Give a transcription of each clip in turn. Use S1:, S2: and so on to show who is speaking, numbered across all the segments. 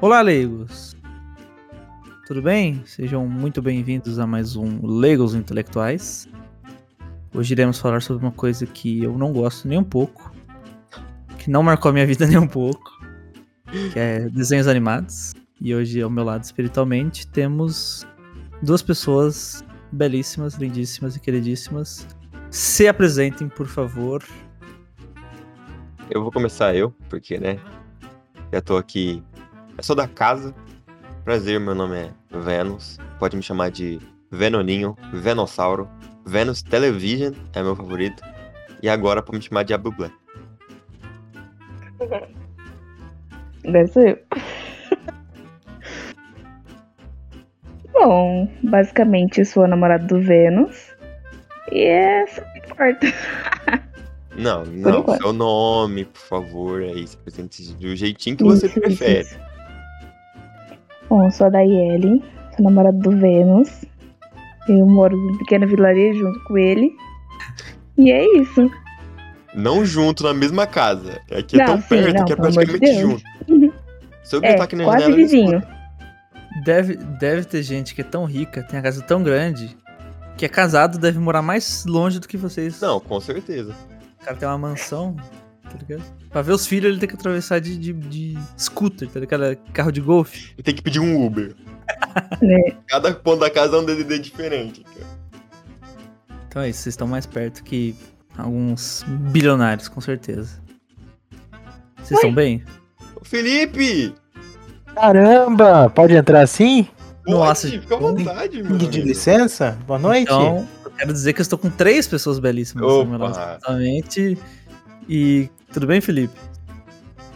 S1: Olá, leigos! Tudo bem? Sejam muito bem-vindos a mais um Legos Intelectuais. Hoje iremos falar sobre uma coisa que eu não gosto nem um pouco, que não marcou a minha vida nem um pouco, que é desenhos animados. E hoje, ao meu lado espiritualmente, temos duas pessoas belíssimas, lindíssimas e queridíssimas. Se apresentem, por favor.
S2: Eu vou começar eu, porque, né? Já tô aqui. Eu sou da casa. Prazer, meu nome é Venus. Pode me chamar de Venoninho, Venossauro. Venus Television é meu favorito. E agora pode me chamar de Abublé.
S3: Deve ser. Bom, basicamente sou a namorada do Vênus. E essa não importa.
S2: Não, não,
S3: enquanto.
S2: seu nome, por favor, aí se apresente do jeitinho que você
S3: Isso, isso,
S2: prefere.
S3: isso. Bom, sou a Daiele, sou namorada do Vênus. Eu moro num pequeno vilarejo junto com ele. E é isso.
S2: Não junto na mesma casa. Aqui é
S3: Não,
S2: tão
S3: sim,
S2: perto
S3: não,
S2: que é
S3: pelo amor de
S2: praticamente
S3: Deus.
S2: junto. Se eu
S3: É,
S2: gritar aqui na
S3: quase
S2: janela, ele
S3: vizinho.
S2: escuta.
S1: Deve, deve ter gente que é tão rica, tem a casa tão grande, que é casado deve morar mais longe do que vocês.
S2: Não, com certeza.
S1: O cara tem uma mansão, tá ligado? Pra ver os filhos ele tem que atravessar de, de, de scooter, tá ligado? Carro de golfe.
S2: Tem que pedir um Uber. Cada ponto da casa é um DDD diferente. cara.
S1: Então é isso, vocês estão mais perto que alguns bilionários, com certeza. Vocês estão bem?
S2: Ô, Felipe!
S4: Caramba, pode entrar assim?
S2: Pode,
S1: Nossa,
S2: fica à
S4: gente.
S2: vontade, mano.
S4: De, de licença? Boa noite.
S1: Então, eu quero dizer que eu estou com três pessoas belíssimas
S4: é
S2: Opa.
S1: no meu
S4: assim.
S1: lado, exatamente. E tudo bem, Felipe?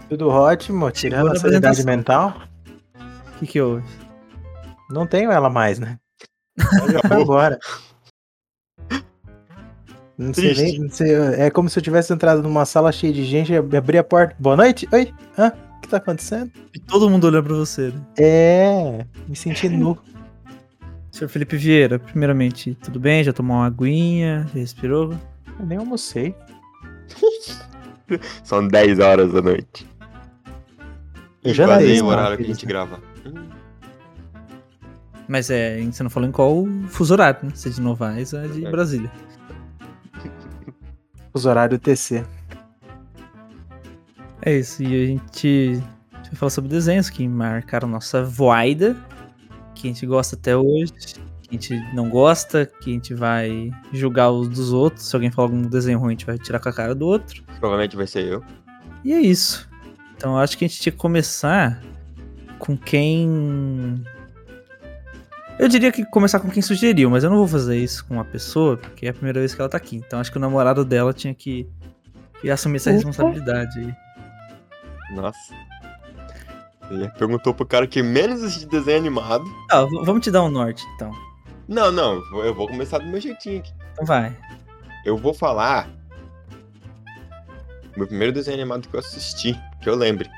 S4: Tudo ótimo,
S1: Segura
S4: tirando a
S1: a
S4: sanidade
S1: apresentação.
S4: mental.
S1: O que que houve?
S4: Não tenho ela mais, né? Ela já foi
S2: Acabou.
S4: embora. Não sei
S2: Triste.
S4: nem. não sei, é como se eu tivesse entrado numa sala cheia de gente, ab- abri a porta. Boa noite? Oi? Hã? O que tá acontecendo?
S1: E todo mundo olhou pra você, né?
S4: É. Me senti nu.
S1: Senhor Felipe Vieira, primeiramente, tudo bem? Já tomou uma aguinha? Já respirou?
S4: Eu nem almocei.
S2: São 10 horas da noite.
S4: Eu já
S2: Invadei
S4: dei
S2: o
S4: uma
S2: horário que a
S4: vez,
S2: gente
S4: né?
S2: grava. Hum,
S1: Mas é, você não falou em qual fuso horário, né? Se é de Novaes, é de
S2: É.
S1: Brasília.
S4: Os horários TC.
S1: É isso, e a gente vai falar sobre desenhos que marcaram nossa voida, que a gente gosta até hoje, que a gente não gosta, que a gente vai julgar os dos outros. Se alguém falar algum desenho ruim, a gente vai tirar com a cara do outro.
S2: Provavelmente vai ser eu.
S1: E é isso. Então eu acho que a gente tinha que começar com quem. Eu diria que começar com quem sugeriu, mas eu não vou fazer isso com uma pessoa, porque é a primeira vez que ela tá aqui. Então acho que o namorado dela tinha que, que assumir essa
S3: Opa.
S1: responsabilidade aí.
S2: Nossa. Ele perguntou pro cara que menos assiste desenho animado.
S1: Ah, v- vamos te dar um norte então.
S2: Não, não, eu vou começar do meu jeitinho aqui.
S1: Então vai.
S2: Eu vou falar. Meu primeiro desenho animado que eu assisti, que eu lembre.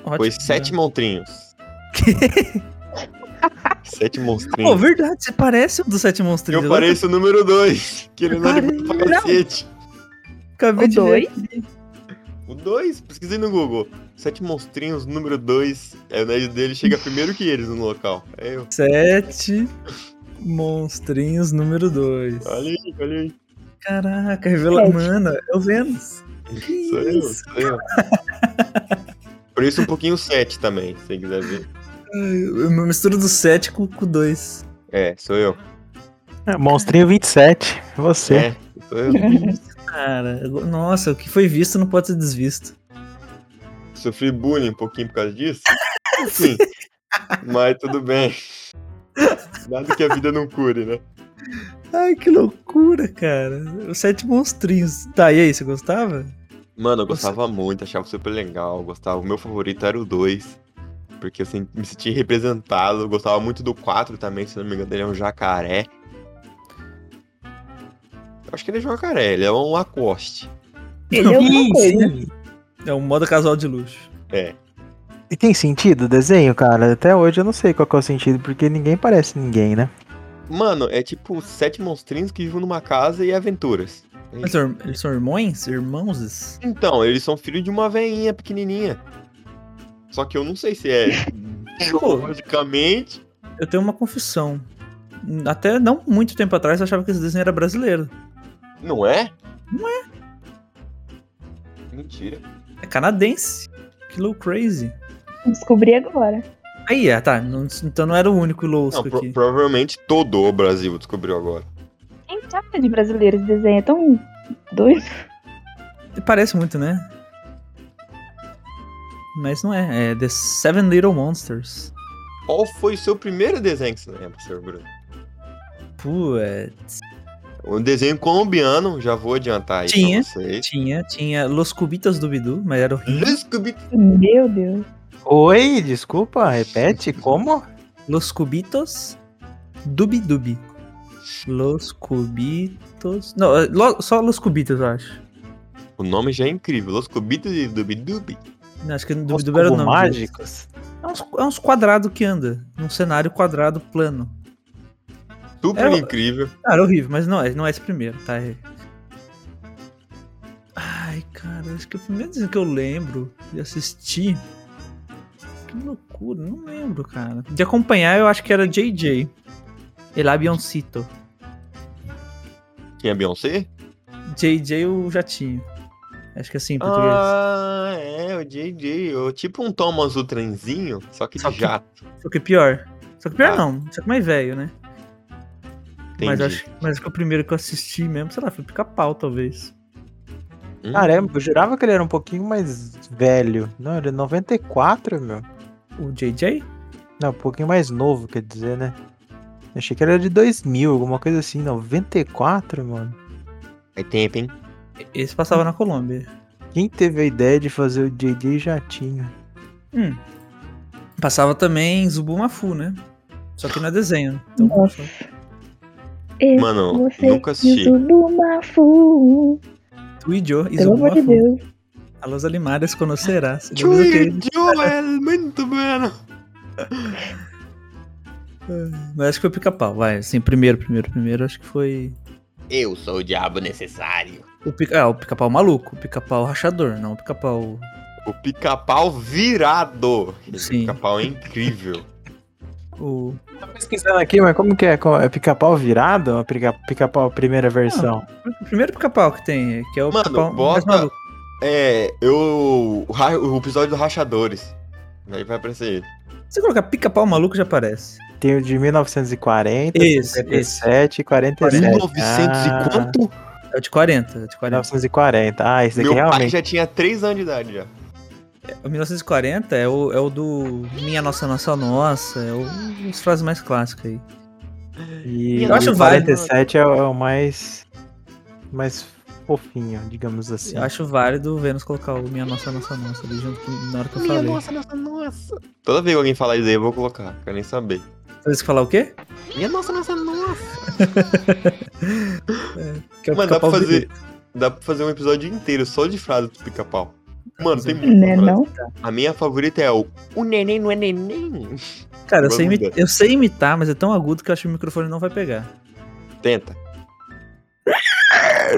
S1: Ótimo.
S2: Foi Sete Montrinhos. Sete
S1: Pô,
S2: Monstrinhos.
S1: verdade, você parece um dos sete monstrinhos.
S2: eu
S1: Agora
S2: pareço o número 2, que ele não
S1: Pare-
S2: animado pra cacete.
S1: eu Acabei
S3: O
S1: de ver.
S3: dois?
S2: O 2, pesquisei no Google. Sete monstrinhos, número 2. É o nerd dele, chega primeiro que eles no local. É eu.
S1: Sete monstrinhos número dois.
S2: Olha aí, olha aí.
S1: Caraca, revela.
S3: Sete.
S1: Mano, é o Vênus. Que
S2: Sou eu,
S1: isso?
S2: sou eu. Por isso um pouquinho 7 também, se você quiser ver.
S1: Ai, Uma mistura do sete com com o dois.
S2: É, sou eu.
S4: É, Monstrinho 27. Você.
S2: É, sou eu.
S1: Cara, eu- nossa, o que foi visto não pode ser desvisto.
S2: Sofri bullying um pouquinho por causa disso. Sim. Mas tudo bem. Nada que a vida não cure, né?
S1: Ai, que loucura, cara. Os sete monstrinhos. Tá, e aí, você gostava?
S2: Mano, eu gostava muito, achava super legal, gostava. O meu favorito era o 2, porque eu sen- me sentia representado. Eu gostava muito do 4 também, se não me engano, ele é um jacaré. Eu acho que ele é jacaré, ele é um Lacoste.
S3: Ele é alguma
S4: Ih,
S3: coisa.
S4: sim.
S1: É um modo casual de luxo.
S2: É.
S4: E tem sentido o desenho, cara? Até hoje eu não sei qual que é o sentido, porque ninguém parece ninguém, né?
S2: Mano, é tipo sete monstrinhos que vivem numa casa e aventuras. É
S1: Mas
S2: isso.
S1: são- eles são irmãos? Irmãos?
S2: Então, eles são filhos de uma veinha pequenininha. Só que eu não sei se é logicamente.
S1: Eu tenho uma confissão. Até não muito tempo atrás eu achava que esse desenho era brasileiro.
S2: Não é?
S1: Não
S2: é. Mentira.
S1: É canadense. Que low crazy.
S3: Descobri agora.
S1: Aí, ah, tá. não- então não era o único
S2: Não,
S1: louco
S2: pro-
S1: aqui.
S2: provavelmente todo o Brasil descobriu agora.
S3: Tem cara de brasileiro esse desenho, é tão doido.
S1: Parece muito, né? Mas não é. É The Seven Little Monsters.
S2: Qual foi o seu primeiro desenho que você lembra, senhor Bruno?
S1: Putz.
S2: Um desenho colombiano, já vou adiantar aí
S1: Tinha.
S2: pra vocês.
S1: Tinha, tinha Los Cubitos do Bidu, mas era o
S2: Los Cubitos.
S3: Meu Deus.
S4: Oi, desculpa, repete, como?
S1: Los Cubitos Dubi Dubi. Los Cubitos. Não, é, lo- só Los Cubitos, eu acho.
S2: O nome já é incrível. Los Cubitos e Dubi Dubi.
S1: Não, Acho que Dubi
S4: Os
S1: Dubi era o
S4: cubos
S1: nome. deles.
S4: mágicos?
S1: É uns, é uns quadrados que anda. Num cenário quadrado plano.
S2: Super
S1: Era-
S2: incrível.
S1: Ah, Era horrível, mas não é, não é esse primeiro, tá? É- Ai, cara, acho que o primeiro desenho que eu lembro de assistir. Que loucura, não lembro, cara. De acompanhar, eu acho que era JJ. El Avioncito.
S2: Tinha Beyoncé?
S1: JJ o Jatinho. Acho que é assim em português.
S2: Ah, é, o JJ. o- Tipo um Thomas o Trenzinho, só que
S1: Só
S2: de
S1: que-
S2: jato.
S1: Só que pior. Só que pior
S2: Ah.
S1: não, só que mais velho, né? Mas
S2: Entendi.
S1: acho, mas acho que o primeiro que eu assisti mesmo, sei lá, foi pica-pau, talvez.
S2: Hum,
S4: Caramba, eu jurava que ele era um pouquinho mais velho. Não, ele é 94, meu.
S1: O JJ?
S4: Não, um pouquinho mais novo, quer dizer, né? Eu achei que era de 2000, alguma coisa assim, 94, mano.
S2: É tempo, hein?
S1: Esse passava na Colômbia.
S4: Quem teve a ideia de fazer o JJ Jatinho?
S1: Hum. Passava também Zubumafu, né? Só que não é desenho. Então,
S3: Nossa. Eu,
S2: Mano,
S3: você
S2: nunca
S3: e o
S2: assisti.
S3: Zubumafu.
S1: Tuidio e
S3: Pelo amor de
S1: Zubumafu.
S3: Deus.
S1: A los animadas conocerás.
S2: Joel, muito bueno.
S1: Mas acho que foi pica-pau, vai. Assim, primeiro, primeiro, primeiro, acho que foi.
S2: Eu sou o diabo necessário.
S1: O pica... Ah, o pica-pau maluco, o pica-pau rachador, não o pica-pau.
S2: O pica-pau virado. Esse
S1: Sim.
S2: pica-pau é incrível.
S1: O...
S4: Tô pesquisando aqui, mas como que é? Co- É pica-pau virado ou pica- pica-pau primeira versão?
S1: o primeiro pica-pau que tem, que é o
S2: Mano,
S1: pica-pau mais
S2: bota-
S1: maluco.
S2: É, eu. O, ra- o episódio do Rachadores. Aí vai aparecer ele.
S1: Se você colocar pica-pau maluco, já aparece.
S4: Tem o de 1940,
S1: Esse,
S4: 57 e 47.
S2: 1900
S4: ah,
S2: e quanto?
S1: É o de 40, é o de 40.
S4: 1940. Ah, esse aqui
S2: Meu pai
S4: realmente.
S2: já tinha 3 anos de idade já.
S1: O 1940 é o, é o do Minha Nossa Nossa Nossa, é o, as frases mais clássicas aí.
S4: E
S2: Eu acho
S4: o 47 é o, é o mais. mais fofinho, digamos assim.
S1: Eu acho válido o Vênus colocar o Minha Nossa Nossa Nossa ali junto com, na hora que eu falei.
S2: nossa, nossa. Toda vez que alguém falar isso aí, eu vou colocar. Quero nem saber.
S1: Vocês que falar o quê?
S2: Minha nossa, nossa, nossa.
S1: Que é o
S2: Mano, dá
S1: pica-pau
S2: pra fazer.
S1: bonito.
S2: Dá pra fazer um episódio inteiro só de frase do pica-pau. Mano, tem muita
S3: Né,
S2: frase.
S3: não?
S2: A minha favorita é o. O neném não é neném.
S1: Cara, eu sei,
S2: Vamos
S1: imitar, eu sei imitar, mas é tão agudo que eu acho que o microfone não vai pegar.
S2: Tenta.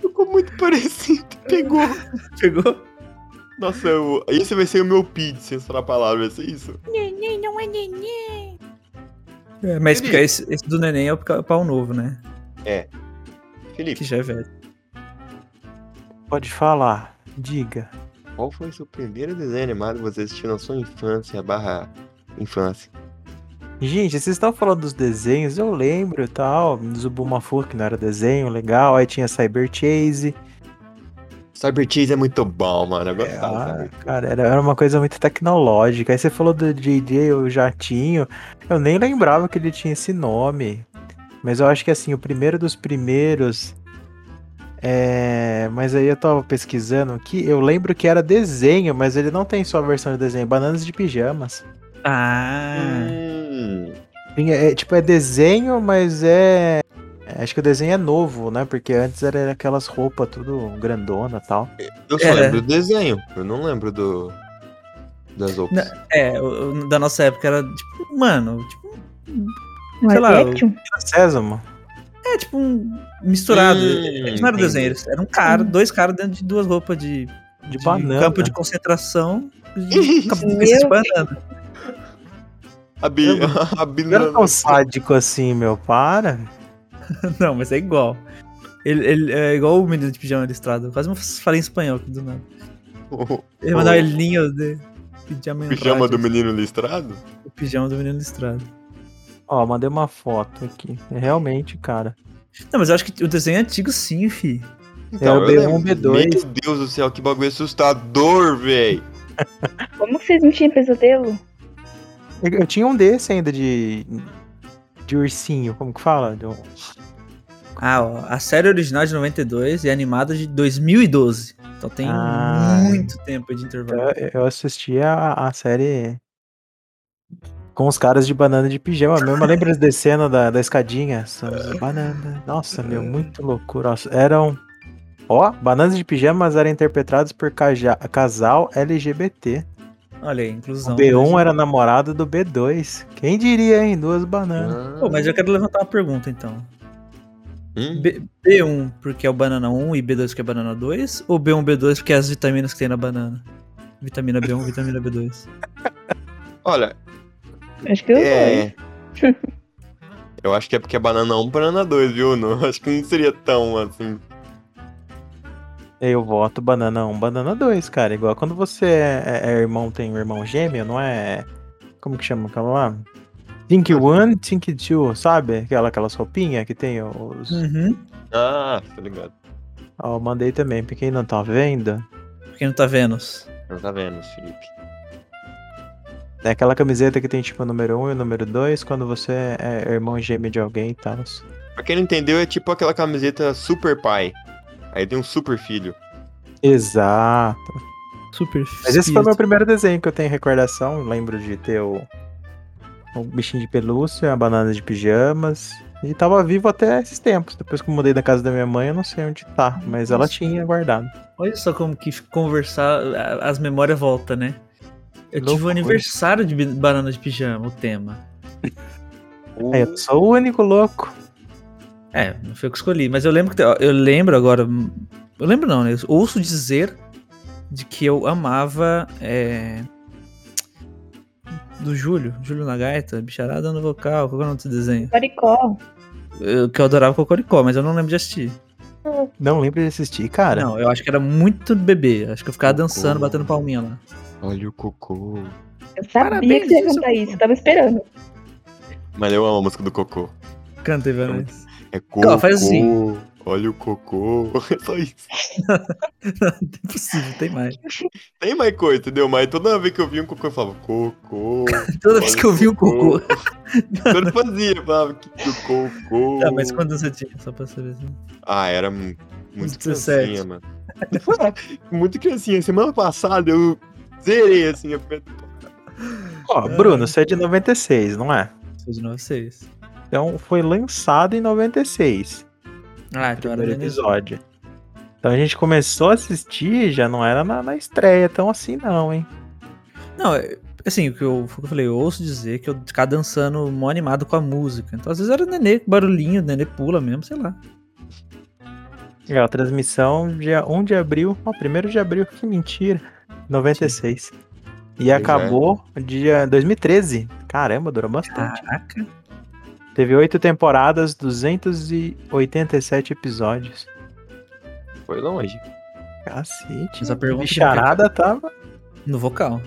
S2: Ficou muito parecido. Pegou.
S1: Pegou?
S2: Nossa, eu... esse vai ser o meu PID, sem falar a palavra, vai ser isso?
S1: É, mas
S2: Ele-
S1: pica- esse, esse do neném é o pica-pau novo, né?
S2: Felipe,
S1: Que já é velho.
S4: Pode falar, diga.
S2: qual foi seu primeiro desenho animado que você assistiu na sua infância, barra infância?
S4: Gente, vocês estão falando dos desenhos, eu lembro e tal. Zubumafu, que não era desenho, legal. Aí tinha Cyber Chase.
S2: Cyber Chase é muito bom, mano, eu gostava.
S4: Ah,
S2: sabe?
S4: cara, era, era uma coisa muito tecnológica. Aí você falou do JJ, o Jatinho. Eu nem lembrava que ele tinha esse nome. Mas eu acho que assim, o primeiro dos primeiros. É. Mas aí eu tava pesquisando que eu lembro que era desenho, mas ele não tem só a versão de desenho. é Bananas de pijamas.
S1: Ah,
S2: Hum,
S4: Tinha- é, tipo, é desenho, mas é. é, Acho que o desenho é novo, né? Porque antes era aquelas roupas tudo grandona e tal.
S2: eu só
S1: É.
S2: lembro do desenho, eu não lembro do... das outras.
S1: é, o- o da nossa época era tipo, mano, tipo,
S3: Um
S1: Sei lá,
S3: live action?
S4: Sésamo.
S1: É tipo um misturado.
S2: Hum,
S1: eles não eram
S2: entendi.
S1: desenheiros. Era um cara, dois caras dentro de duas roupas de,
S4: De,
S1: de
S4: banana.
S1: campo de concentração. de campo de
S3: Meu
S1: banana.
S2: A Bi. A Bi
S4: Não era tão sádico assim, meu. Para.
S1: Não, mas é igual. Ele, ele é igual o menino de pijama listrado. Eu Quase não falei em espanhol aqui do nada. Ele
S2: Oh.
S1: mandava ele linho de pijama
S2: Pijama do
S1: entrada,
S2: menino listrado?
S1: o pijama do menino listrado.
S4: Ó, mandei uma foto aqui. É Realmente, cara.
S1: Não, mas eu acho que o desenho é antigo sim, fi. Então,
S4: Era o
S2: eu
S4: B1,
S2: lembro.
S4: B2.
S2: Meu Deus do céu, que bagulho assustador, véi.
S3: Como que vocês não tinham pesadelo?
S4: Eu, eu tinha um desse ainda de. De ursinho, como que fala? De um-
S1: Ah, ó, a série original de 92 e animada de 2012. Então tem
S4: Ah.
S1: muito tempo de intervalo.
S2: É.
S4: Eu, eu assistia a, a série com os caras de banana de pijama mesmo. Lembra eles descendo da, da escadinha? Só- Banana. Nossa, meu, muito loucura. Nossa, eram. Ó, bananas de pijamas eram interpretados por caja- casal LGBT.
S1: Olha aí,
S4: O
S1: inclusão.
S4: B1 era namorado do B2. Quem diria, hein? Duas bananas.
S1: Ah. Pô, mas eu quero levantar uma pergunta então.
S2: Hum?
S1: B, B1 porque é o banana 1 e B2 porque é banana 2? Ou B1, B2 porque é as vitaminas que tem na banana? Vitamina B1, vitamina B2.
S2: Olha,
S3: Acho que eu
S2: é. Eu acho que é porque é banana 1, banana 2, viu? Não, acho que não seria tão assim.
S4: Eu voto banana 1, banana 2, cara. Igual quando você é, é irmão, tem um irmão gêmeo, não é. Como que chama aquela lá? Think One, Think Two, sabe? Aquela, aquelas roupinhas que tem os.
S1: Uhum.
S2: Ah, tá ligado.
S4: Ó, eu mandei também, pra quem não tá vendo.
S1: Pra quem não tá vendo.
S2: Não tá vendo, Felipe.
S4: É aquela camiseta que tem tipo o número 1 e o número 2, quando você é irmão gêmeo de alguém e tal.
S2: Pra quem não entendeu, é tipo aquela camiseta super pai. Aí tem um super filho.
S4: Exato.
S1: Super
S4: Mas esse foi meu primeiro desenho que eu tenho recordação. Lembro de ter o, o bichinho de pelúcia, a banana de pijamas. E tava vivo até esses tempos. Depois que eu mudei da casa da minha mãe, eu não sei onde tá. Mas ela tinha guardado.
S1: Olha só como que conversar, a- as memórias voltam, né? Eu tive o
S4: Loucura.
S1: aniversário de bi- banana de pijama, o tema.
S4: Aí eu sou o único louco.
S1: É, não foi eu que escolhi, mas eu lembro que eu lembro agora, eu lembro não, né? Eu ouço dizer de que eu amava é, do Júlio, Júlio na gaita, bicharada no vocal, qual que é o nome desse desenho?
S3: Paricó.
S1: Eu, que eu adorava Cocoricó, mas eu não lembro de assistir.
S4: Não lembro de assistir, cara.
S1: Não, eu acho que era muito bebê, acho que eu ficava
S2: Cocô.
S1: dançando, batendo palminha lá.
S2: Olha o cocô.
S3: Eu sabia
S1: Parabéns,
S3: que você
S1: isso. é
S3: ia
S1: um
S3: cantar isso, eu tava esperando.
S2: Mas eu amo a música do cocô.
S1: Canta, Ivanês.
S2: É cocô.
S1: Não, faz assim.
S2: Olha o cocô. É só isso.
S1: Não é possível, tem mais.
S2: Tem mais coisa, entendeu? Mas toda vez que eu vi um cocô, eu falava cocô.
S1: Toda vez que eu vi o cocô.
S2: Quando fazia, eu falava que que o cocô.
S1: Tá, mas quando você tinha, só pra saber. assim.
S2: Ah, era mu-
S1: 17.
S2: muito criancinha, mano. muito criancinha. Semana passada eu zerei assim. Eu...
S4: Ó, Bruno, você é de 96, não é?
S1: Sou de 96.
S4: Então foi lançado em 96.
S1: Ah, então era
S4: primeiro
S1: bem legal.
S4: episódio. Então a gente começou a assistir, já não era na, na estreia tão assim, não, hein?
S1: Não, é- assim, o que eu, foi o que eu falei, eu ouço dizer que eu ficava dançando mó animado com a música. Então, às vezes era nenê, com barulhinho, nenê pula mesmo, sei lá.
S4: É, a transmissão dia 1 de abril. Ó, 1 de abril, que mentira. 96. E
S2: é.
S4: acabou dia 2013. Caramba, durou bastante.
S1: Caraca.
S2: Ah.
S4: Teve oito temporadas, 287 episódios.
S2: Foi longe.
S4: Cacete.
S1: Mas a pergunta que não
S4: Bicharada tava.
S1: No vocal.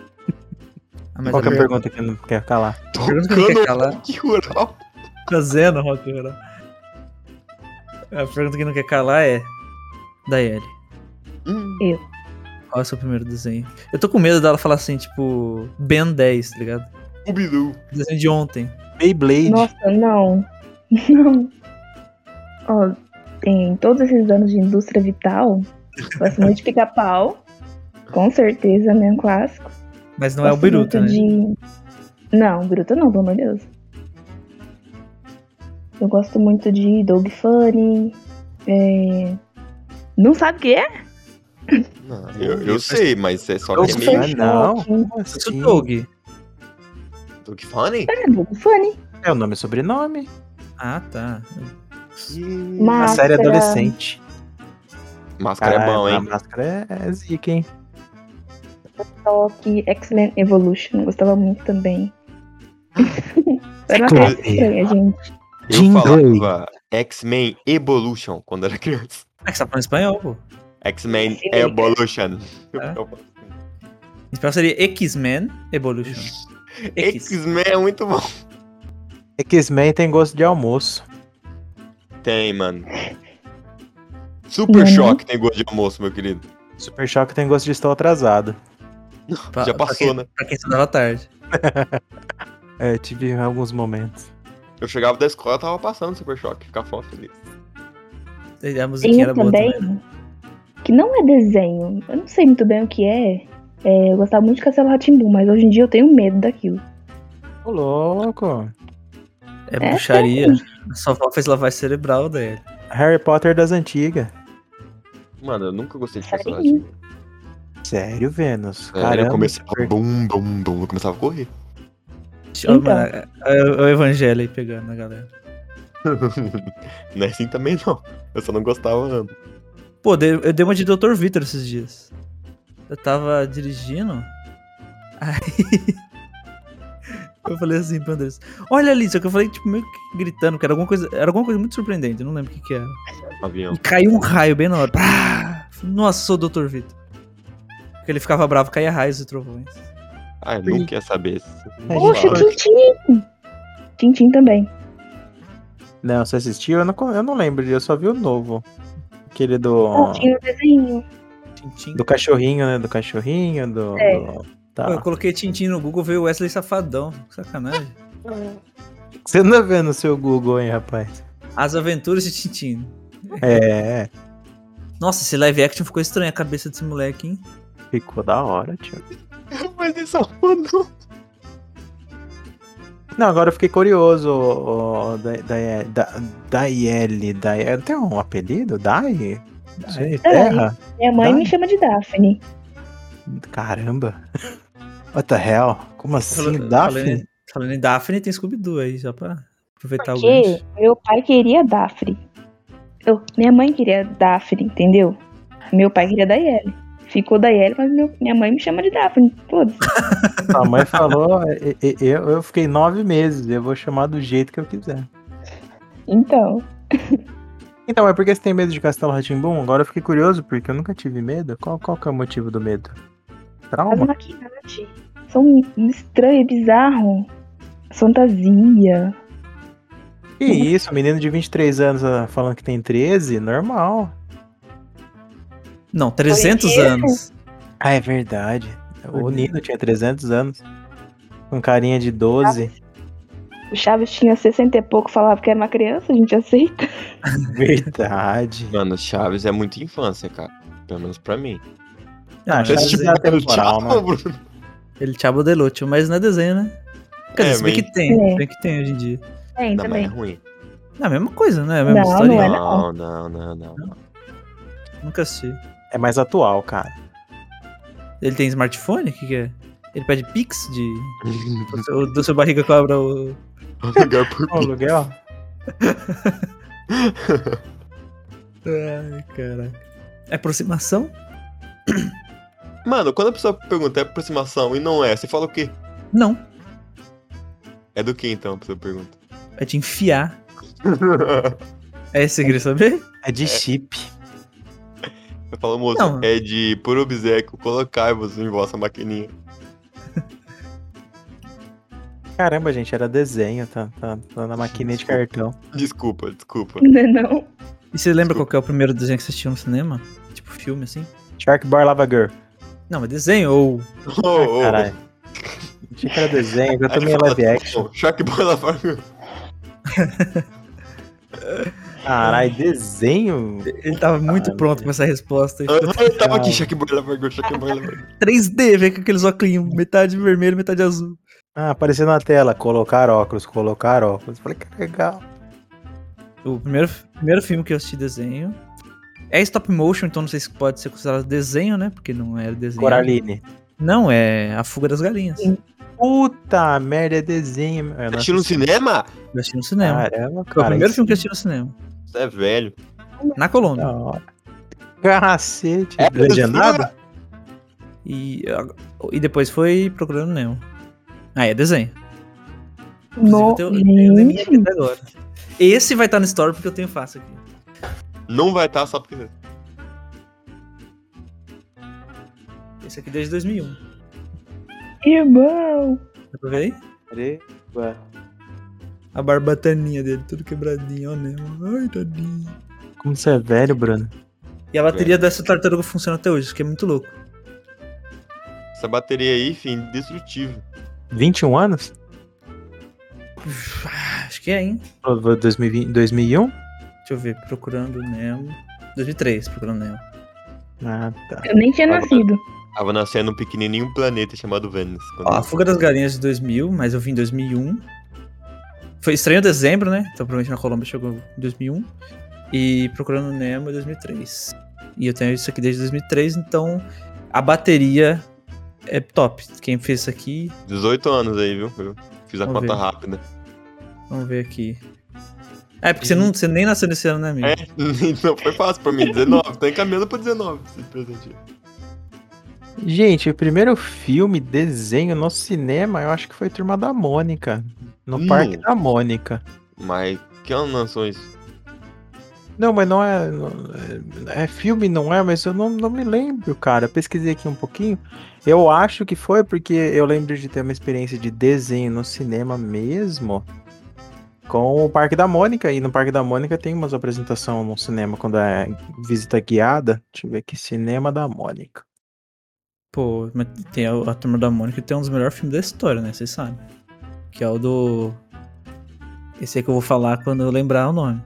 S1: Ah, mas
S4: Qual que é a
S1: per-
S4: pergunta que não quer calar?
S1: pergunta que não quer calar.
S2: rock rural.
S1: Fazendo rock and roll. A pergunta que não quer calar é... Daiele,
S2: Hum,
S1: qual é o seu primeiro desenho? Eu tô com medo dela falar assim, tipo... Ben 10, tá ligado?
S2: Scooby-Doo.
S1: Desenho de ontem.
S4: Beyblade.
S3: Nossa, não. Não. Ó, em todos esses anos de indústria vital, gosto muito de pica-pau. Com certeza, né? Um clássico.
S1: Mas não é o
S3: Gosto
S1: Biruta, né?
S3: muito de- Não, Biruta não, pelo amor de Deus. Eu gosto muito de Dog Funny. é, Não sabe o que é?
S2: Não, eu, eu sei, mas é só
S4: Eu
S2: que é
S4: sei.
S2: meio
S4: Ah, não.
S3: Shocking.
S4: Como assim?
S1: Isso, é Doug.
S2: Doug Funny.
S3: É, Dog Funny.
S4: assim? É o nome e sobrenome.
S1: Ah, tá.
S2: Ih,
S4: A
S3: Mas-
S4: série
S3: Máscara.
S4: adolescente.
S2: Máscara é bom,
S4: A
S2: hein?
S4: máscara é, é zica, hein?
S3: Só que X-Men Evolution, gostava muito também. Era uma
S4: Claro.
S3: série estranha, gente.
S2: Eu
S4: Jean
S2: falava X-Men Evolution quando era criança.
S1: É que você tá falando espanhol, pô.
S2: X-Men
S3: Sim.
S2: Evolution.
S1: É? Em espanhol seria X-Men Evolution. X.
S2: X-Men é muito bom.
S4: X-Men tem gosto de almoço.
S2: Tem, mano. Super
S3: Uhum.
S2: Choque tem gosto de almoço, meu querido.
S4: Super Choque tem gosto de estar atrasado.
S1: Pra-
S2: Já
S1: pra quem-
S2: passou, né?
S1: Pra quem estudava à tarde.
S4: É, tive alguns momentos.
S2: Eu chegava da escola, tava passando Super Choque. Ficava foda feliz.
S1: A musiquinha
S3: Tem um
S1: era boa
S3: também,
S1: também.
S3: que não é desenho. Eu não sei muito bem o que é. É, eu gostava muito de Castelo Ratimbu, mas hoje em dia eu tenho medo daquilo.
S4: Ô, louco.
S1: É
S3: É,
S1: bruxaria. Só fez lavagem cerebral dele.
S4: Harry Potter das antigas.
S2: Mano, eu nunca gostei de É,
S3: Sério?
S2: personagem.
S4: Sério, Vênus?
S2: É, ele
S4: Caramba.
S2: começava
S4: super-
S2: bum, bum, bum, eu começava a correr.
S1: Então.
S3: Então.
S1: É, o evangelho aí pegando a galera.
S2: não é assim também não. Eu só não gostava, não.
S1: Pô, dei- eu dei uma de Dr. Vitor esses dias. Eu tava dirigindo. Aí. eu falei assim pra Andressa: Olha ali, só que eu falei, tipo, meio que gritando, que era alguma coisa, era alguma coisa muito surpreendente, eu não lembro o que, que era.
S2: Avião.
S1: E caiu um raio bem na hora. Pá! Nossa, sou o Dr. Vitor. Porque ele ficava bravo, caía raios e trovões.
S2: Ah, eu nunca ia saber. isso. Não
S3: é, Poxa,
S2: fala.
S3: Tintim! Tintim também.
S4: Não, você assistiu? Eu não, co- eu não lembro, eu só vi o novo. Aquele do,
S3: Ah, tinha um desenho.
S1: Tintim.
S4: do cachorrinho, né? Do cachorrinho, do...
S3: É.
S4: do-
S1: Pô, eu
S4: Tá.
S1: coloquei Tintim no Google, veio Wesley Safadão. Sacanagem.
S4: Você não vê no seu Google, hein, rapaz?
S1: As Aventuras de Tintim.
S4: É, é.
S1: Nossa, esse live action ficou estranho a cabeça desse moleque, hein?
S4: ficou da hora, tio.
S2: Mas isso é não.
S4: Não, agora eu fiquei curioso, ô, ô, da, da, da, Daiele, Daiele, tem um apelido? Dai? Não sei, Terra?
S3: Minha mãe
S4: Dai.
S3: me chama de Daphne.
S4: Caramba. What the hell? Como assim, Daphne?
S1: Falando, falando em Daphne, tem Scooby-Doo aí, já pra aproveitar o
S3: Porque
S1: gancho.
S3: meu pai queria Daphne. Eu, minha mãe queria Daphne, entendeu? Meu pai queria Daiele. Ficou Daiele, mas meu- minha mãe me chama de Daphne. Todos.
S4: A mãe falou, e- e- eu, eu fiquei nove meses, eu vou chamar do jeito que eu quiser.
S3: Então,
S4: Então, é porque você tem medo de Castelo Ratimbum? Agora eu fiquei curioso, porque eu nunca tive medo. Qual, qual que é o motivo do medo?
S3: as
S4: Trauma?
S3: maquiagens são estranhas, bizarro. Fantasia.
S4: Que isso, menino de 23 anos ah, falando que tem 13? Normal.
S1: Não, 300
S3: Foi
S1: anos.
S4: Ah, é verdade. O
S1: Olha.
S4: Nino tinha 300 anos. Com carinha de 12.
S3: O Chaves tinha 60 e pouco, falava que era uma criança, a gente aceita.
S4: Verdade.
S2: Mano, Chaves é muito infância, cara. Pelo menos pra mim.
S4: Ah,
S1: Mas
S4: Chaves
S2: Esse tipo
S4: é
S1: desenho-
S4: atemporal, né?
S2: Bruno.
S1: Ele Chabo Delúcio, mas não é desenho, né? Quer dizer,
S2: É,
S1: se bem
S2: mas-
S1: que tem, se
S3: É.
S1: bem que tem hoje em dia.
S3: Tem
S2: Não, mas é ruim.
S1: Não, a mesma coisa, né? A mesma
S3: Não,
S1: história.
S3: não é,
S2: Não, não, não, não.
S1: Nunca assisti.
S4: É mais atual, cara.
S1: Ele tem smartphone? O que, que é? Ele pede pix de. do seu- Do seu barriga cobra o.
S2: Lugar por
S4: Ó, O aluguel?
S1: Ai, caraca. É aproximação?
S2: Mano, quando a pessoa pergunta é aproximação e não é, você fala o quê?
S1: Não.
S2: É do que então, a pessoa pergunta?
S1: É te enfiar. É isso que você queria saber?
S4: É de chip.
S2: Eu falo, moço,
S1: Não.
S2: é de por obséquio colocar-vos em vossa maquininha.
S4: Caramba, gente, era desenho, tá, tá, tá na maquininha de cartão.
S2: Desculpa, desculpa.
S3: Não é não?
S1: E você lembra qual que é o primeiro desenho que você assistiu no cinema? Tipo filme, assim?
S4: Shark Bar Lava Girl.
S1: Não, mas desenho ou
S2: Oh, oh.
S4: Caralho. Achei que era desenho, agora também é
S2: Aí fala,
S4: live action.
S2: "Oh, Shark Boy Lava Girl."
S4: Caralho, desenho?
S1: Ele tava muito
S4: Ah,
S1: pronto com essa resposta. Ele ficou
S2: Eu tava
S4: Caralho.
S2: aqui, Shark Boy Lava Girl, Shark Boy Lava Girl.
S1: 3D, vem com aqueles óculos, metade vermelho, metade azul.
S4: Ah, apareceu na tela, colocar óculos, colocar óculos. Falei, que legal.
S1: O primeiro, primeiro filme que eu assisti desenho. É stop motion, então não sei se pode ser considerado é desenho, né? Porque não era desenho.
S4: Coraline.
S1: Não, é A Fuga das Galinhas.
S3: Sim.
S4: Puta merda, é desenho. Eu não
S2: Assistiu no
S4: assisti.
S2: cinema?
S1: Eu assisti no cinema.
S4: Caramba,
S1: Foi o
S4: Ah, cara.
S1: primeiro
S4: isso
S1: filme que eu assisti no cinema.
S2: Você é velho.
S1: Na
S4: é
S1: Colômbia.
S4: da hora. Cacete.
S2: É
S4: legendado?
S1: E, ah, e depois foi procurando Nemo. Ah, é desenho. Inclusive,
S3: No,
S1: eu tenho- eu tenho na minha vida agora. Esse vai estar no story porque eu tenho fácil aqui.
S2: Não vai estar só porque.
S1: Esse aqui desde 2001.
S3: irmão.
S1: Dá pra ver aí?
S4: Caramba.
S1: A barbataninha dele, tudo quebradinho, ó, Nemo. Ai, tadinho.
S4: Como você é velho, Bruno.
S1: E a bateria dessa tartaruga funciona até hoje, isso que é muito louco.
S2: Essa bateria aí, fim, destrutivo.
S4: 21 anos?
S1: Ah, Acho que é, hein?
S4: Ou 2020, 2001?
S1: Deixa eu ver, procurando Nemo. 2003, procurando Nemo.
S4: Ah, tá.
S3: Eu nem tinha
S2: Agora-
S3: nascido.
S2: Tava nascendo um pequenininho planeta chamado Vênus.
S1: Ó, a Fuga das Galinhas de 2000, mas eu vim em 2001. Foi estranho em dezembro, né? Então provavelmente na Colômbia chegou em 2001. E Procurando Nemo é em 2003. E eu tenho isso aqui desde 2003, então a bateria é top. Quem fez isso aqui,
S2: 18 anos aí, viu? Eu fiz a
S1: Vamos
S2: conta
S1: ver.
S2: rápida.
S1: vamos ver aqui. É, porque você, não, você nem nasceu nesse ano, né, amigo?
S2: É, não foi fácil pra mim. 19. Tô encaminhando pra 19 esse presente.
S4: Gente, o primeiro filme, desenho no cinema, eu acho que foi Turma da Mônica. No
S2: Hum.
S4: Parque da Mônica.
S2: Mas que ano lançou isso?
S4: Não, mas não é. não- é filme, não é, mas eu não, não me lembro, cara. Eu pesquisei aqui um pouquinho. Eu acho que foi porque eu lembro de ter uma experiência de desenho no cinema mesmo. Com o Parque da Mônica. E no Parque da Mônica tem umas apresentações no cinema quando é visita guiada. Deixa eu ver aqui. Cinema da Mônica.
S1: Pô, mas tem a, a Turma da Mônica tem um dos melhores filmes da história, né? Vocês sabem. Que é o do. Esse aí que eu vou falar quando eu lembrar o nome.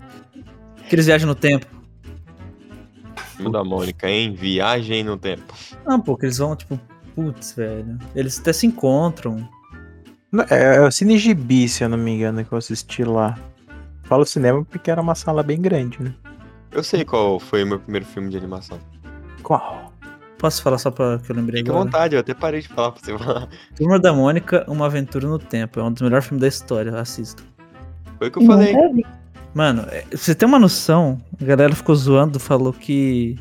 S1: Que eles viajam no tempo.
S2: Filme da Mônica, hein? Viagem no tempo.
S1: Não, pô, que eles vão, tipo, putz, velho. Eles até se encontram.
S4: Não, É, é o Cine Gibi, se eu não me engano, que eu assisti lá. Falo cinema porque era uma sala bem grande, né?
S2: Eu sei qual foi o meu primeiro filme de animação.
S4: Qual?
S1: Posso falar só pra que eu lembrei
S2: Fica à
S1: agora?
S2: vontade, eu até parei de falar pra você falar.
S1: Turma da Mônica, Uma Aventura no Tempo. É um dos melhores filmes da história, assista.
S2: Foi o que eu falei.
S3: Nunca vi.
S1: Mano, é, pra você tem uma noção, a galera ficou zoando, falou que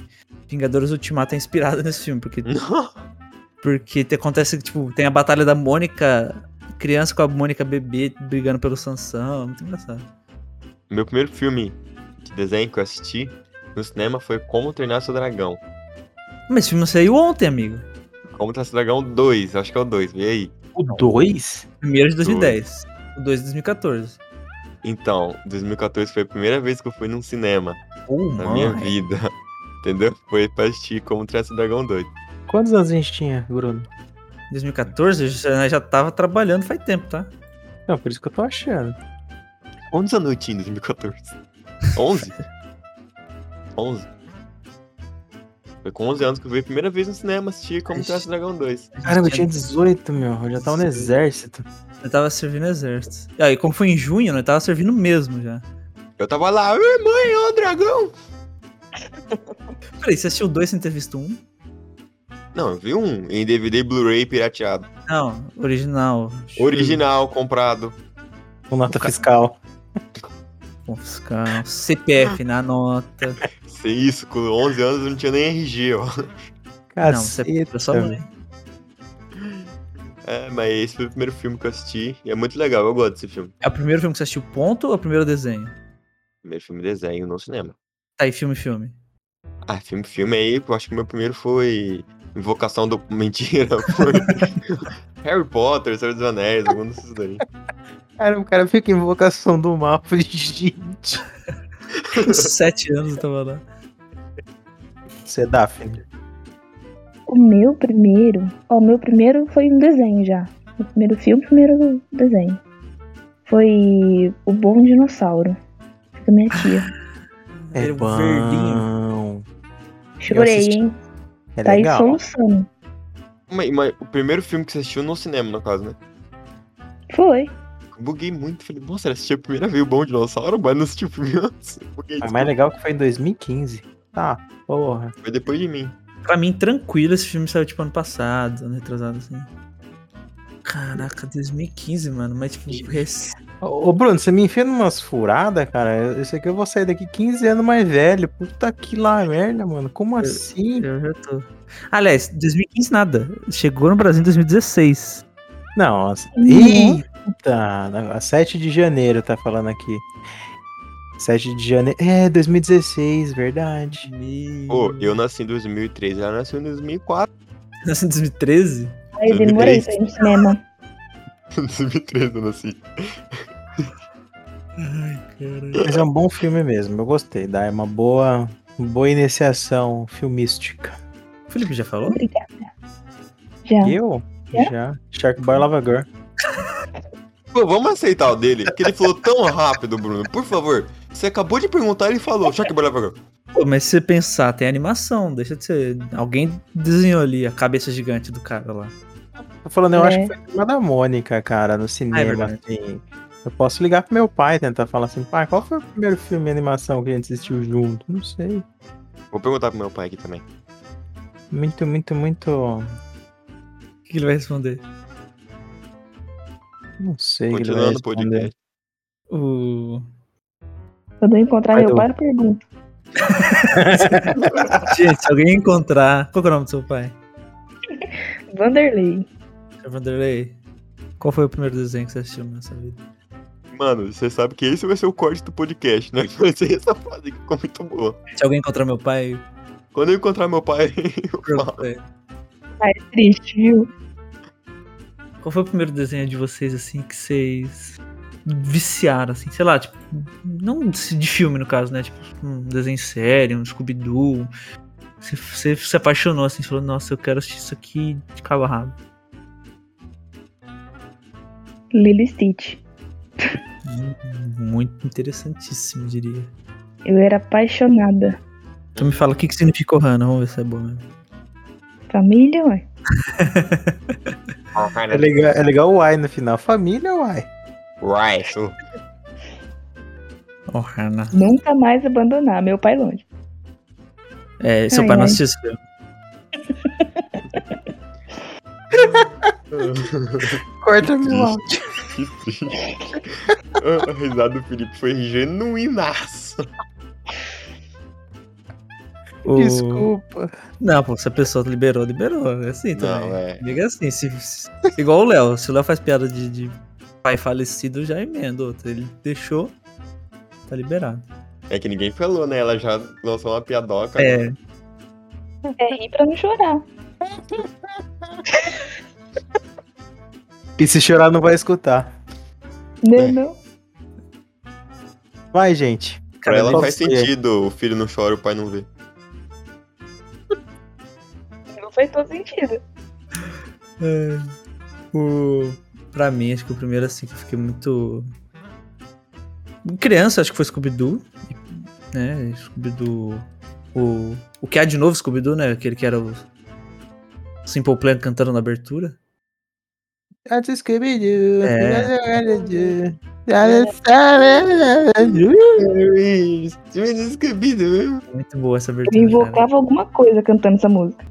S1: Vingadores Ultimato é inspirado nesse filme, porque
S2: Não.
S1: Porque te- acontece que, tipo, tem a batalha da Mônica, criança com a Mônica bebê brigando pelo Sansão. Muito engraçado.
S2: Meu primeiro filme de desenho que eu assisti no cinema foi Como Treinar Seu Dragão.
S1: Mas esse filme saiu ontem, amigo.
S2: Como Treinar Seu Dragão 2, acho que é o 2, vê aí.
S4: O 2?
S1: Primeiro de 2010. O 2 de 2014.
S2: Então, 2014 foi a primeira vez que eu fui num cinema
S1: Oh,
S2: na
S1: mano.
S2: minha vida. Entendeu? Foi pra assistir Como Treinar Seu Dragão 2.
S4: Quantos anos a gente tinha, Bruno?
S1: 2014, eu já tava trabalhando faz tempo, tá?
S4: Não, por isso que eu tô achando.
S2: Quantos anos eu tinha em 2014? 11? 11? Foi com 11 anos que eu vi a primeira vez no cinema assistir Como Treinar Seu Dragão 2.
S4: Caramba, eu tinha 18, meu. Eu já tava no exército.
S1: Eu tava servindo exército. E aí, como foi em junho, nós tava servindo mesmo já.
S2: Eu tava lá, "Ê, mãe, ó, o dragão!
S1: Peraí, você assistiu dois sem ter visto um?
S2: Não, eu vi um em DVD e Blu-ray pirateado.
S1: Não, original.
S2: Original, comprado.
S4: Com nota fiscal.
S1: Confiscar. CPF na nota.
S2: Sei isso, com 11 anos eu não tinha nem RG,
S1: Não,
S2: ó.
S1: você é
S4: Caceta.
S1: pra sua mãe.
S2: É, mas esse foi o primeiro filme que eu assisti. E é muito legal, eu gosto desse filme.
S1: É o primeiro filme que você assistiu, ponto, ou é o primeiro desenho?
S2: Primeiro filme desenho no cinema.
S1: Tá, e filme, filme.
S2: Ah, filme, filme aí, eu acho que o meu primeiro foi. Invocação do. Mentira, foi. Harry Potter, Senhor dos Anéis, algum desses daí.
S4: Cara, o cara fica em invocação do mal. Falei, Gente.
S1: Com sete anos eu tava lá.
S4: Você é Daphne.
S3: O meu primeiro. Ó, o meu primeiro foi um desenho já. O primeiro filme, o primeiro desenho. Foi O Bom Dinossauro. Foi Da minha tia.
S4: É
S1: Era um
S4: bom.
S1: verdinho.
S3: Chorei,
S4: assisti.
S3: hein?
S4: É
S3: Saí
S4: legal.
S3: soluçando.
S2: Mas, mas o primeiro filme que você assistiu no cinema, no caso, né?
S3: Foi.
S2: Eu buguei muito, falei, nossa, eu assisti a primeira vez o Bom Dinossauro, mas não assisti o filme antes. Eu Buguei,
S4: Mas mais legal que foi em 2015. Tá, porra.
S2: foi depois de mim.
S1: Pra mim, tranquilo, esse filme saiu tipo ano passado, ano retrasado, assim. Caraca, 2015, mano. Mas, tipo, rec-
S4: Ô, ô, Bruno, você me enfia numas furadas, cara. Isso aqui eu vou sair daqui 15 anos mais velho. Puta que lá merda, mano. Como assim?
S1: eu já tô. Aliás, 2015 nada. Chegou no Brasil em 2016.
S4: Não, as-
S3: Uhum.
S4: eita, na- 7 de janeiro tá falando aqui. 7 de janeiro. É, 2016, verdade.
S2: Pô, eu nasci em 2003, ela nasceu em 2004.
S1: Nasceu em 2013?
S3: Aí eu demorei
S2: 2003.
S3: pra ir no
S4: Ah,
S3: cinema.
S2: 2003 eu nasci.
S1: Ai, cara.
S4: Mas é um bom filme mesmo, eu gostei. Dá uma boa, uma boa iniciação filmística.
S1: O Felipe já falou?
S3: Obrigada. Já.
S4: Eu?
S3: É?
S4: Já. Shark Boy Lava Girl.
S2: Pô, vamos aceitar o dele, porque ele falou tão rápido, Bruno. Por favor, você acabou de perguntar ele falou. Shark Boy Lava Girl.
S1: Pô, mas se você pensar, tem animação. Deixa de ser. Alguém desenhou ali a cabeça gigante do cara lá.
S4: Tô falando, eu
S3: É.
S4: acho que foi a turma da Mônica, cara, no
S2: Ah, é
S4: cinema,
S1: verdade.
S4: assim. Eu posso ligar pro meu pai e tentar falar assim, pai, qual foi o primeiro filme de animação que a gente assistiu junto? Não sei.
S2: Vou perguntar pro meu pai aqui também.
S4: Muito, muito, muito.
S1: O que ele vai responder?
S4: Não sei. o que ele
S2: Continuando o
S4: vai responder.
S2: podcast.
S1: O.
S3: Quando eu encontrar
S4: Vai,
S3: meu
S4: Du.
S3: pai, eu pergunto.
S1: Gente, se alguém encontrar. Qual que é o nome do seu pai?
S3: Vanderlei.
S1: Vanderlei. Qual foi o primeiro desenho que você assistiu nessa vida?
S2: Mano, você sabe que esse vai ser o corte do podcast, né? Vai ser essa frase que ficou muito boa.
S1: Se alguém encontrar meu pai,
S2: Quando eu encontrar meu pai,
S1: eu pergunto pra ele.
S3: Ai, é triste, viu?
S1: Qual foi o primeiro desenho de vocês, assim, que vocês viciaram, assim? Sei lá, tipo, não de de filme, no caso, né? Tipo, um desenho sério, um Scooby-Doo. Você, você se apaixonou, assim, falou, nossa, eu quero assistir isso aqui de cabo a rabo.
S3: Lily Stitch.
S1: Hum, Muito interessantíssimo, diria.
S3: Eu era apaixonada.
S1: Então me fala, o que, que significa Ohana? Vamos ver se é bom mesmo.
S3: Família, ué.
S4: É legal, é legal o Uai no final. Família é Uai.
S2: Right. so-
S1: Ohana.
S3: Nunca mais abandonar. Meu pai longe.
S1: É, seu
S3: Ai,
S1: pai não
S3: ai.
S1: assistiu esse filme.
S4: Corta meu
S2: Isso.
S4: áudio.
S2: Que triste. A risada do Felipe foi genuinaça.
S1: O-
S4: Desculpa.
S1: Não, pô, se a pessoa liberou, liberou. É assim também.
S2: Não, é.
S1: Diga assim, se, se- igual o Léo, se o Léo faz piada de, de pai falecido, eu já emendo outra. Ele deixou, tá liberado.
S2: É que ninguém falou, né? Ela já lançou uma piadoca.
S1: É,
S3: É rir pra não chorar.
S4: E se chorar, não vai escutar. É.
S3: Não, Né, não.
S4: Vai, gente.
S2: Pra
S1: cara,
S2: ela
S1: qual-
S2: faz
S4: você.
S2: sentido, o filho não chora, o pai não vê.
S3: Não faz todo sentido.
S1: é, o, pra mim, acho que o primeiro assim que eu fiquei muito. Criança, acho que foi Scooby-Doo. Né? Scooby-Doo. O, o que há de novo Scooby-Doo, né? Aquele que era o Simple Plan cantando na abertura.
S4: That's Scooby-Doo.
S1: É.
S4: Scooby-Doo. That's Scooby-Doo.
S1: Muito boa essa abertura. né?
S3: Eu
S1: cara.
S3: invocava alguma coisa cantando essa música.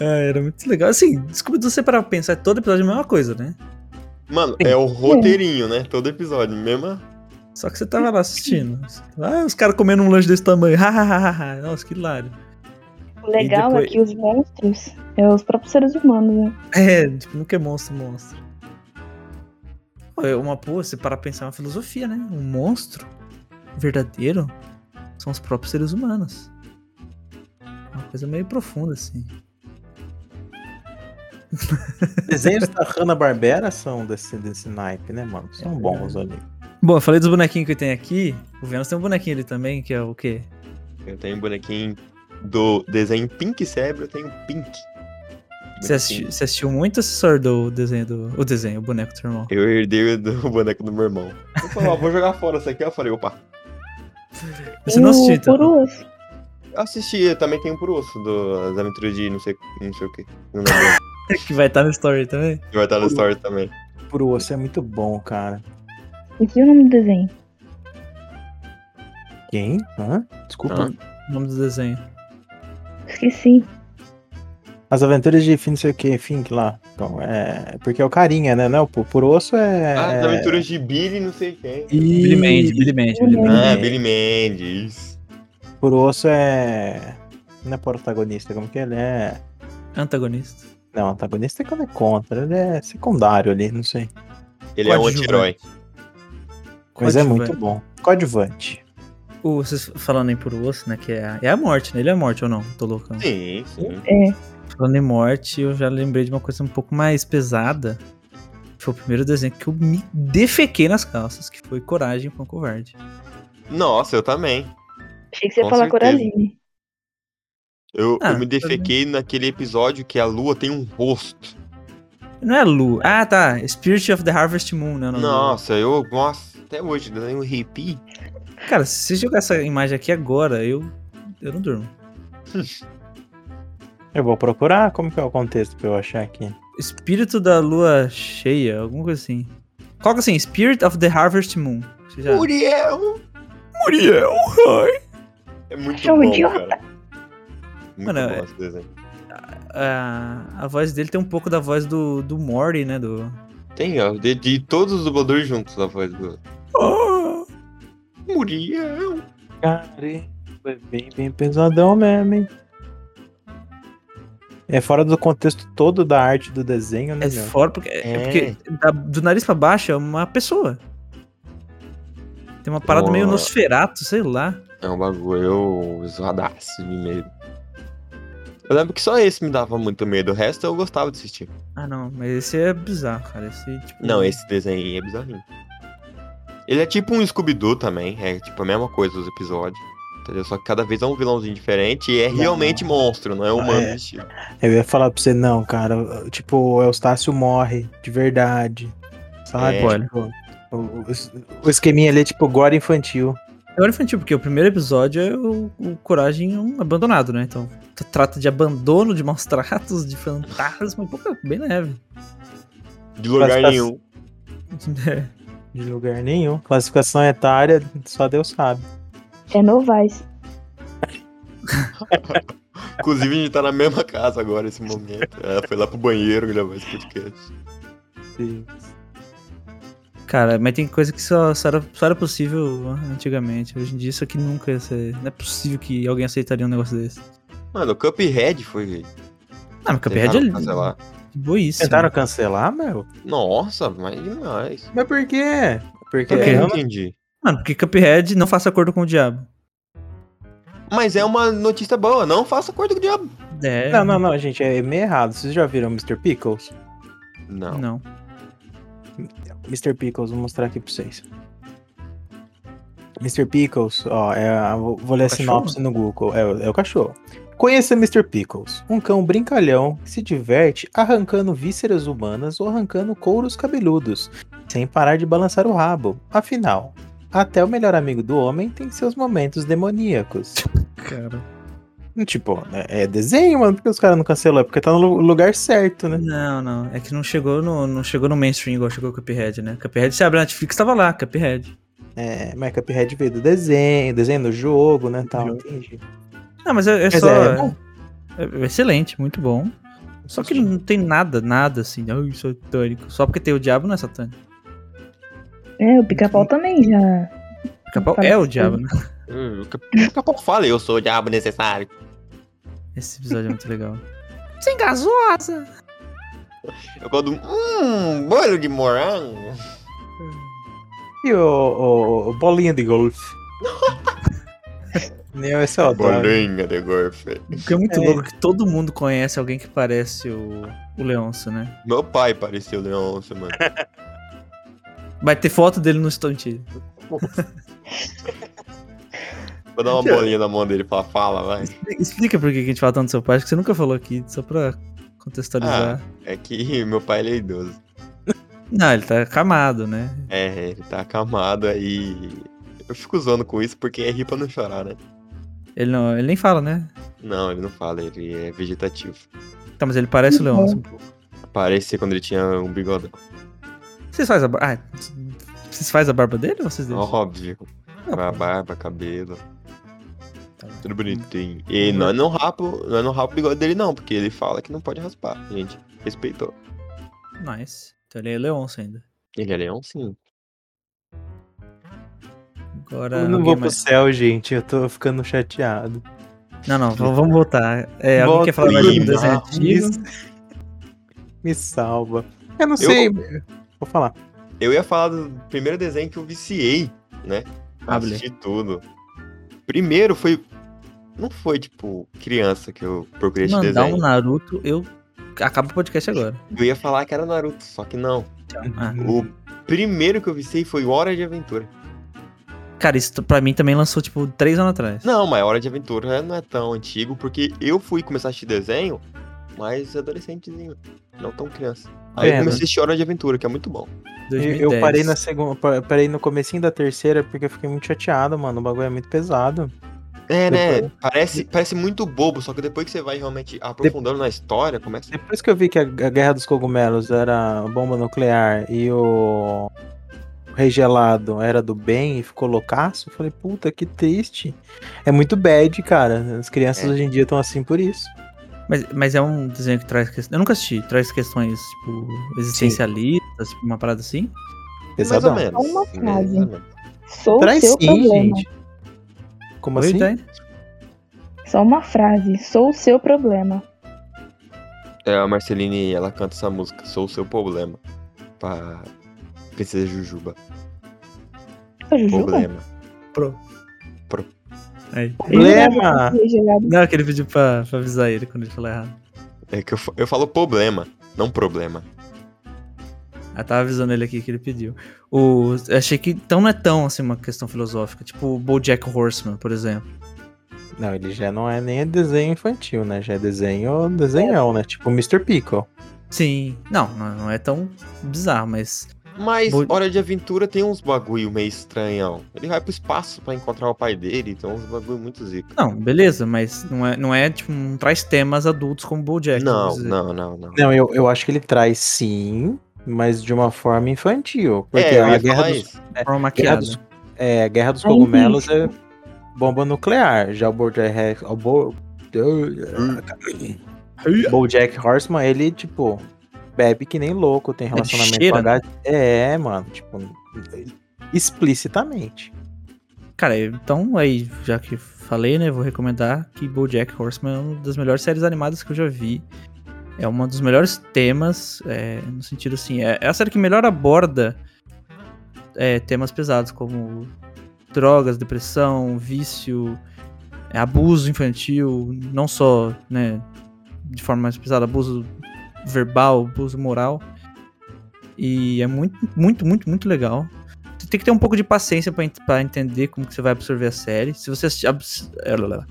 S1: É, era muito legal. Assim, Scooby-Doo, você para pensar, todo episódio é a mesma coisa, né?
S2: Mano, é o roteirinho, né? Todo episódio, mesma.
S1: Só que você tava lá assistindo. Ah, os caras comendo um lanche desse tamanho. Ha, ha, ha, ha, ha. Nossa, que hilário.
S3: O legal
S1: depois-
S3: é que os monstros é os próprios seres humanos, né?
S1: É, tipo, nunca é monstro, monstro. Pô, é Uma, pô, você para pensar é uma filosofia, né? Um monstro verdadeiro são os próprios seres humanos. É Uma coisa meio profunda, assim.
S4: Desenhos da Hanna-Barbera são desse, desse naipe, né, mano? São bons ali.
S1: Bom, eu falei dos bonequinhos que eu tenho aqui. O Vênus tem um bonequinho ali também, que é o quê?
S2: Eu tenho um bonequinho do desenho Pink Cebra, eu tenho Pink.
S1: Você assistiu, você assistiu muito ou você só herdou o desenho do. O desenho, o boneco do seu irmão?
S2: Eu herdei o do boneco do meu irmão. Eu falei, ó, vou jogar fora isso aqui. Eu falei, opa.
S4: é
S1: Você não assistiu,
S3: E o
S1: então?
S3: Puruas.
S2: Eu assisti, eu também tenho por osso das aventuras de não sei, não sei o que. Não lembro.
S1: que vai estar no story também.
S2: Que Vai estar na história também.
S4: Por osso é muito bom, cara.
S3: Esse é o nome do desenho.
S4: Quem? Hã? Desculpa.
S1: O nome do desenho.
S3: Esqueci.
S4: As aventuras de Finn, não sei o que, Fink lá. Então, é... Porque é o carinha, né? Não, o Purosso é.
S2: Ah, as aventuras de Billy, não sei quem.
S4: E...
S1: Billy Mandy, Billy Mandy, Billy Mandy.
S2: Ah, Billy Mendes.
S4: Purosso é. Não é protagonista, como que ele é?
S1: Antagonista.
S4: Não, antagonista é quando é contra, ele é secundário ali, não sei.
S2: Ele é um
S1: Coadjuvante.
S2: anti-herói.
S4: Mas é
S1: Coadjuvante.
S4: muito bom. Coadjuvante.
S1: O, vocês falando em por osso, né? Que é a, é a morte, né? Ele é a morte ou não? Tô loucão.
S2: Sim, sim.
S3: É,
S1: Falando em morte, eu já lembrei de uma coisa um pouco mais pesada. Foi o primeiro desenho que eu me defequei nas calças, que foi Coragem com Covarde.
S2: Nossa, eu também.
S3: Achei que você ia
S2: Com
S3: falar
S2: certeza.
S3: Coraline.
S2: Eu,
S1: Ah,
S2: eu me
S1: tudo bem.
S2: defequei naquele episódio que a lua tem um rosto.
S1: Não é Lu. Ah, tá. Spirit of the Harvest Moon, né? o nome
S2: Nossa, eu. Nossa, até hoje, dando um repi.
S1: dele. Cara, se você jogar essa imagem aqui agora, eu, eu não durmo.
S4: Eu vou procurar como que é o contexto pra eu achar aqui.
S1: Espírito da Lua Cheia, alguma coisa assim. Coloca assim, Spirit of the Harvest Moon. Você já...
S2: Muriel!
S1: Muriel!
S2: É muito
S3: É um
S2: bom,
S3: idiota.
S2: cara. Muito
S1: Mano,
S2: bom esse desenho.
S1: A, a voz dele tem um pouco da voz do, do Morty, né? Do...
S2: Tem, ó, de, de todos os dubladores juntos na voz do. Muriel!
S4: Cara, foi bem, bem pesadão mesmo, hein? É fora do contexto todo da arte do desenho, né,
S1: É
S4: meu?
S1: fora porque. É, porque da- do nariz pra baixo é uma pessoa. Tem uma parada meio
S2: Boa.
S1: nosferato, sei lá.
S2: É um bagulho zoadaço de medo. Eu lembro que só esse me dava muito medo, o resto eu gostava de assistir.
S1: Ah, não, mas esse é bizarro, cara. Esse, tipo,
S2: Não, esse desenho aí é bizarrinho. Ele é tipo um Scooby-Doo também, é tipo a mesma coisa os episódios. Entendeu? Só que cada vez é um vilãozinho diferente e é
S4: Não.
S2: realmente monstro, não é humano
S4: é.
S2: vestido.
S4: Eu ia falar pra você, não, cara. Tipo, o Eustácio morre, de verdade. Sabe?
S2: É.
S4: Tipo, o, o- o esqueminha ali é tipo gore infantil.
S1: É hora infantil, porque o primeiro episódio é o, o Coragem é um abandonado, né? Então t- trata de abandono, de maus tratos, de fantasma, um pouco bem leve.
S2: De lugar
S4: Classificação-
S2: nenhum.
S1: É.
S4: De lugar nenhum. Classificação etária, só Deus sabe.
S3: É Novais.
S2: Inclusive, a gente tá na mesma casa agora nesse momento. Ela foi lá pro banheiro gravar esse podcast.
S1: Cara, mas tem coisa que só, só, era, só era possível né, antigamente. Hoje em dia isso aqui nunca ia ser. Não é possível que alguém aceitaria um negócio desse.
S2: Mano, o Cuphead foi.
S1: Ah, mas Cuphead é
S2: tentaram
S1: li-
S2: cancelar.
S1: boíssimo.
S4: Tentaram cancelar, meu?
S2: Nossa, mas demais.
S4: Mas por quê? Porque é
S2: Eu
S1: quê?
S4: eu
S2: não
S4: não-
S2: entendi.
S1: Mano, porque Cuphead não faça acordo com o diabo.
S2: Mas é uma notícia boa, não faça acordo com o diabo.
S1: É.
S4: não, não, não, gente, é meio errado. Vocês já viram o Mr. Pickles?
S2: Não.
S1: Não.
S4: Mr. Pickles, vou mostrar aqui pra vocês. Mr. Pickles, ó, é a- vou vou ler a
S1: cachorro?
S4: sinopse no Google. É, o- é o cachorro. Conheça Mr. Pickles, um cão brincalhão que se diverte arrancando vísceras humanas ou arrancando couros cabeludos, sem parar de balançar o rabo. Afinal, até o melhor amigo do homem tem seus momentos demoníacos.
S1: Cara.
S4: Tipo, é é desenho, mano, porque os caras não cancelam? É porque tá no lu- lugar certo, né?
S1: Não, não. É que não chegou no, não chegou no mainstream igual chegou o Cuphead, né? Cuphead, se abre a Netflix, tava lá, Cuphead.
S4: É, mas Cuphead veio do desenho, desenho do jogo, né, tal,
S1: Jogo.
S4: entendi.
S1: Não, mas é, é
S4: Mas
S1: só.
S4: é bom.
S1: é- é excelente, muito bom. Só que não tem nada, nada assim. Ai, satânico. Só porque tem o diabo não é satânico.
S3: É, o pica-pau também já.
S1: Capau é o diabo, né?
S2: Hum, o Cap- o Capão fala, eu sou o diabo necessário.
S1: Esse episódio é muito legal. Sem gasosa!
S2: Eu gosto do. Hum, molho de morango.
S4: E o, o, o bolinha de golfe? Meu, esse
S2: Tá,
S4: é o Otávio.
S2: Bolinha de golfe.
S1: O que é muito
S4: É.
S1: louco é que todo mundo conhece alguém que parece o, o Leonço, né?
S2: Meu pai parecia o Leoncio, mano.
S1: Vai ter foto dele no Stunt.
S2: Vou dar uma bolinha na mão dele e falar, fala, vai.
S1: Explica por que que a gente fala tanto do seu pai, acho que você nunca falou aqui, só pra contextualizar.
S4: Ah.
S2: É que meu pai ele é idoso.
S1: Não, ele tá acamado, né?
S2: É, ele tá acamado aí. Eu fico zoando com isso porque é rir pra não chorar, né?
S1: Ele, não, ele nem fala, né?
S2: Não, ele não fala, ele é vegetativo.
S1: Tá, mas ele parece
S4: Uhum.
S1: o Leonço.
S2: Parecia quando ele tinha um bigodão.
S1: Vocês fazem a barba. Ah, vocês fazem a barba dele ou vocês deixam?
S2: Óbvio.
S1: Não,
S2: barba, cabelo.
S1: Tá bom.
S2: Tudo bonitinho. É. E nós não rapa, nós não rapa o bigode dele, não, porque ele fala que não pode raspar. A gente respeitou.
S1: Nice. Então ele é Leonça ainda.
S2: Ele é leão, sim.
S1: Agora.
S4: Eu não
S1: alguém
S4: vou pro
S1: mais-
S4: céu, gente. Eu tô ficando chateado.
S1: Não, não, v- vamos voltar. É, alguém
S4: Volta
S1: quer falar mais de um
S2: aí,
S1: desenho
S2: mano.
S1: antigo?
S4: Me salva. Eu não sei. Vou falar.
S2: Eu ia falar do primeiro desenho que eu viciei, né?
S1: Abre.
S2: Assisti tudo. Primeiro foi. Não foi, tipo, criança que eu procurei esse
S1: Mandar
S2: desenho.
S1: um Naruto, eu. Acaba o podcast agora.
S2: Eu ia falar que era Naruto, só que não.
S1: Ah.
S2: O primeiro que eu viciei foi Hora de Aventura.
S1: Cara, isso t- pra mim também lançou, tipo, três anos atrás.
S2: Não, mas Hora de Aventura não é tão antigo, porque eu fui começar a assistir desenho mais adolescentezinho, não tão criança. Aí eu
S4: Pena.
S2: comecei a assistir Hora de Aventura, que é muito bom.
S4: Eu-
S1: 2010.
S4: Eu parei na segunda, pa- parei no comecinho da terceira porque eu fiquei muito chateado, mano. O bagulho é muito pesado.
S2: É, né? Parece, parece muito bobo, só que depois que você vai realmente aprofundando na história, começa
S4: Depois que eu vi que a, a Guerra dos Cogumelos era bomba nuclear e o, o Rei Gelado era do bem e ficou loucaço, eu falei, puta, que triste. É muito bad, cara. As crianças
S2: É.
S4: hoje em dia estão assim por isso.
S1: Mas, mas é um desenho que traz questões. Eu nunca assisti, traz questões, tipo, existencialistas, tipo, uma parada assim.
S2: mais ou
S4: Pesadão.
S2: menos.
S3: Uma
S2: Mais ou
S3: frase.
S2: menos.
S3: Sou o
S4: Traz
S3: seu
S4: sim,
S3: problema.
S4: gente. Como
S1: Oi,
S4: assim?
S2: tá
S1: Thay?
S3: Só uma frase. Sou o seu problema.
S2: É, a Marceline, ela canta essa música, Sou o Seu Problema, pra Princesa Jujuba.
S3: A Jujuba?
S2: Problema.
S1: Pro.
S2: Pro.
S1: Aí.
S4: Problema!
S1: Não, que ele pediu pra, pra avisar ele quando ele falou errado.
S2: É que eu, fa- eu falo problema, não problema.
S1: Ah, tava avisando ele aqui que ele pediu. O, eu achei que então não é tão assim uma questão filosófica. Tipo o Bojack Horseman, por exemplo.
S4: Não, ele já não é nem desenho infantil, né? Já é desenho, desenhão, né? Tipo Mr. Pickle.
S1: Sim. Não, não não é tão bizarro, mas.
S2: Mas
S1: Bo-
S2: Hora de Aventura tem uns bagulho meio estranhão. Ele vai pro espaço pra encontrar o pai dele, então uns bagulho muito zica.
S1: Não, beleza, mas não é, não é tipo, não traz temas adultos como
S4: É,
S1: Bojack.
S2: Não,
S1: vamos dizer.
S2: não, não, não.
S4: Não, eu, eu acho que ele traz sim, mas de uma forma infantil. Porque
S2: É, eu
S4: a
S2: ia
S4: Guerra
S2: falar
S4: dos
S2: isso.
S1: De Forma
S4: Guerra
S1: maquiada.
S4: dos, é, Guerra dos
S3: Aí,
S4: Cogumelos é bomba nuclear. Já o Bojack, Rex- o Bo- Bojack Horseman, ele, tipo, bebe que nem louco, tem relacionamento
S1: cheira,
S4: com a gata. É, mano, tipo, explicitamente.
S1: Cara, então aí, já que falei, né, vou recomendar que BoJack Horseman é uma das melhores séries animadas que eu já vi. É um dos melhores temas, é, no sentido assim, é, é a série que melhor aborda é, temas pesados como drogas, depressão, vício, é, abuso infantil, não só, né, de forma mais pesada, abuso verbal, abuso moral. E é muito, muito, muito, muito legal. Você tem que ter um pouco de paciência pra ent- pra entender como que você vai absorver a série. Se você assistir, abs- é, lá, lá, lá.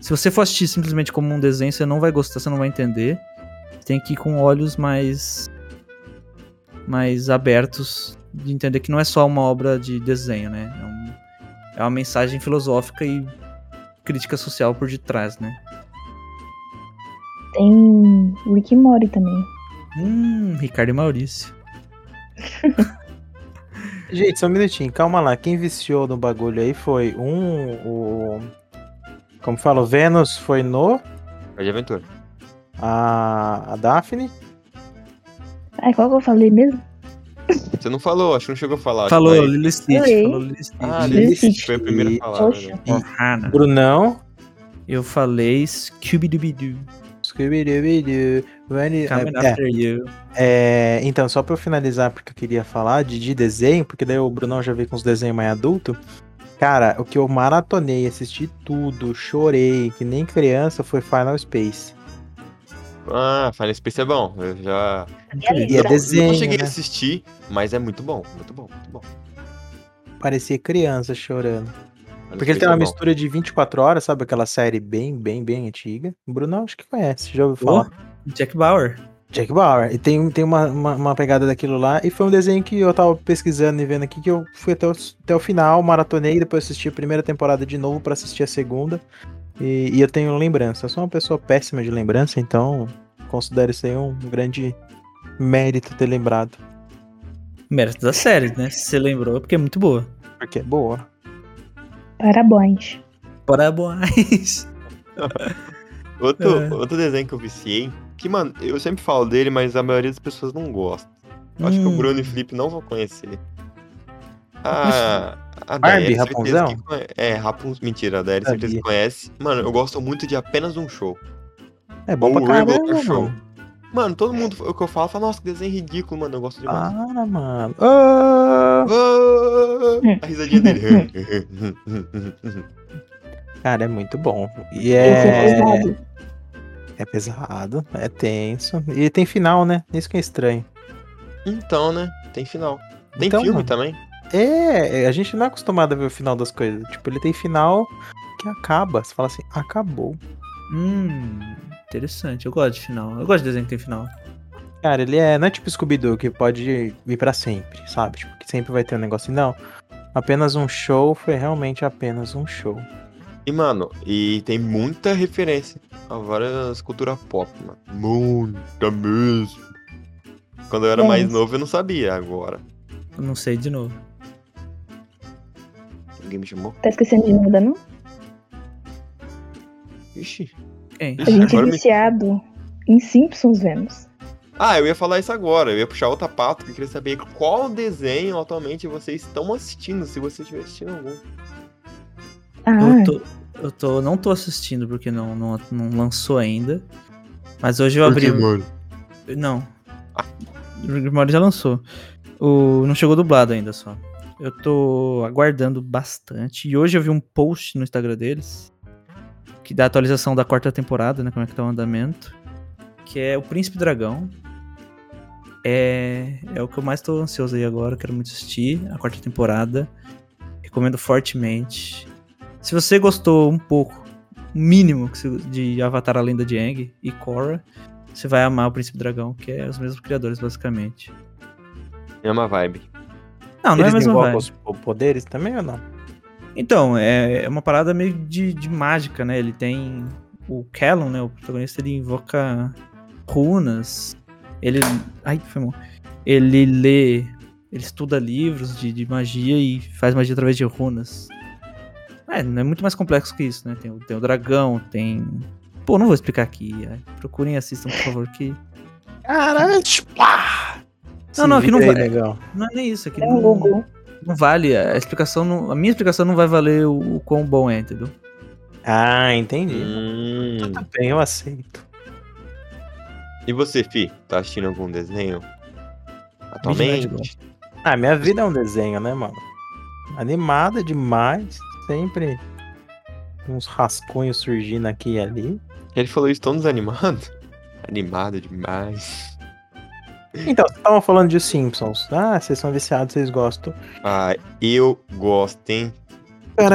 S1: se você for assistir simplesmente como um desenho, você não vai gostar, você não vai entender. Tem que ir com olhos mais mais abertos de entender que não é só uma obra de desenho, né? É, um- é uma mensagem filosófica e crítica social por detrás, né?
S4: é-
S3: Tem Rick e Morty também.
S1: Hum, Ricardo e Maurício.
S4: Gente, só um minutinho, calma lá. Quem viciou no bagulho aí foi um. O, como fala, o Vênus foi no.
S2: Hora de Aventura.
S4: A, a Daphne.
S3: Ai, Ah, qual que eu falei mesmo?
S2: Você não falou, acho que não chegou a falar.
S1: Falou
S2: mas-
S1: Lilo e Stitch,
S3: Oi.
S1: falou Lilo e Stitch.
S2: Ah,
S4: Lilo
S2: Lili
S4: e
S2: Stitch foi a
S4: Stitch.
S2: primeira palavra.
S3: Poxa.
S2: né?
S1: E Hannah.
S4: Brunão.
S1: Ah, Eu falei Scooby-Dooby-Doo.
S4: Scooby-Dooby-Doo. Vani-
S1: Coming
S4: é,
S1: after you.
S4: É, então, só pra eu finalizar, porque eu queria falar de, de desenho, porque daí o Brunão já veio com os desenhos mais adulto. Cara, o que eu maratonei, assisti tudo, chorei, que nem criança, foi Final Space.
S2: Ah, Final Space é bom. Eu já.
S4: E é
S3: Não,
S2: eu não
S4: desenho,
S2: cheguei a
S4: né?
S2: assistir, mas é muito bom, muito bom, muito bom. Final
S4: Parecia criança chorando. Porque
S2: Space
S4: ele tem uma
S2: é bom.
S4: mistura de 24 horas, sabe? Aquela série bem, bem, bem antiga. O Brunão acho que conhece, já ouviu falar.
S1: Jack Bauer.
S4: Jack Bauer. E tem, tem uma, uma, uma pegada daquilo lá. E foi um desenho que eu tava pesquisando e vendo aqui, que eu fui até o, até o final, maratonei, depois assisti a primeira temporada de novo pra assistir a segunda. E, e eu tenho lembrança. Eu sou uma pessoa péssima de lembrança, então considero isso aí um grande mérito ter lembrado.
S1: Mérito da
S4: é
S1: série, né? Se você lembrou, é porque é muito boa.
S4: Porque é boa.
S3: Parabéns.
S1: Parabéns.
S2: Outro,
S1: É.
S2: outro desenho que eu viciei, que, mano, eu sempre falo dele, mas a maioria das pessoas não gosta. Eu Acho que o
S1: Hum.
S2: Bruno e o Felipe não vão conhecer. Ah, a
S4: Barbie,
S2: Daiane, certeza
S4: Rapunzel?
S2: que conhe- É, Rapunzel, mentira, a Daiane
S4: Sabia.
S2: certeza que conhece. Mano, eu gosto muito de apenas um show.
S4: É bom pra
S2: O Rainbow
S4: caramba,
S2: Show.
S4: mano.
S2: Mano, todo mundo, o que eu falo, fala, nossa, que desenho ridículo, mano, eu gosto demais.
S4: Para, mano. Ah!
S2: Ah, a risadinha dele.
S4: Cara, é muito bom. E
S3: Esse
S4: é...
S3: é pesado.
S4: é pesado, é tenso. E tem final, né? Isso que é estranho.
S2: então, né, tem final. Tem
S4: Então,
S2: filme
S4: mano,
S2: também.
S4: É, a gente não é acostumado a ver o final das coisas. Tipo, ele tem final que acaba. Você fala assim, acabou.
S1: Hum, interessante. Eu gosto de final. Eu gosto de desenho que tem final.
S4: Cara, ele é. Não é tipo Scooby-Doo, que pode ir pra sempre, sabe? Tipo, que sempre vai ter um negócio. Não. Apenas um show foi realmente apenas um show.
S2: E, mano, e tem muita referência a várias culturas pop, mano. Muita mesmo. Quando eu era
S3: É
S2: mais
S3: isso.
S2: novo, eu não sabia. Agora,
S1: Eu não sei de novo.
S2: alguém me chamou.
S3: Tá esquecendo de nada, não?
S2: Ixi.
S1: Quem?
S3: A gente é
S2: Agora me-
S3: viciado em Simpsons, vemos.
S2: Ah, eu ia falar isso agora. Eu ia puxar outra pauta, porque eu queria saber qual desenho atualmente vocês estão assistindo, se vocês estiver assistindo algum.
S3: Ah,
S1: Eu tô. Eu tô, não tô assistindo porque não, não, não lançou ainda. Mas hoje eu abri.
S2: mano.
S1: Não. O Rick and Morty já lançou. O... Não chegou dublado ainda só. Eu tô aguardando bastante. E hoje eu vi um post no Instagram deles. Que dá a atualização da quarta temporada, né? Como é que tá o andamento. Que é o Príncipe Dragão. É, é o que eu mais tô ansioso aí agora. eu Quero muito assistir a quarta temporada. Recomendo fortemente. Se você gostou um pouco, mínimo, que você- de Avatar a Lenda de Aang e Korra, você vai amar o Príncipe Dragão, que é os mesmos criadores, basicamente.
S2: É uma vibe.
S1: Não, não é a
S4: Eles
S1: mesma
S4: invocam
S1: vibe.
S4: os po- poderes também ou não?
S1: Então, é é uma parada meio de, de mágica, né? Ele tem. O Kellon, né? O protagonista, ele invoca runas. Ele. Ai, foi mal. Ele lê. Ele estuda livros de, de magia e faz magia através de runas. É, não é muito mais complexo que isso, né? Tem, o- tem o dragão, tem. Pô, não vou explicar aqui. é. Procurem e assistam, por favor, que.
S4: Caralho, tipo, ah!
S1: Não, não,
S4: Se
S1: aqui não
S4: vira
S1: vai-
S4: aí, negão.
S1: Não é nem isso, aqui
S3: é
S1: não.
S3: um Google.
S1: não vale, a explicação não- a minha explicação não vai valer o, o quão bom é, entendeu?
S4: Ah, entendi.
S2: Hum.
S4: Tudo bem, eu aceito.
S2: E você, Fi? Tá assistindo algum desenho?
S1: Midnight
S2: Atualmente?
S4: Ah, minha vida é um desenho, né, mano? Animada demais. Sempre uns rascunhos surgindo aqui e ali.
S2: Ele falou isso tão desanimado. Animado demais.
S4: Então, vocês estavam falando de Simpsons. Ah, vocês são viciados, vocês gostam.
S2: Ah, eu gosto, hein?
S4: Cara,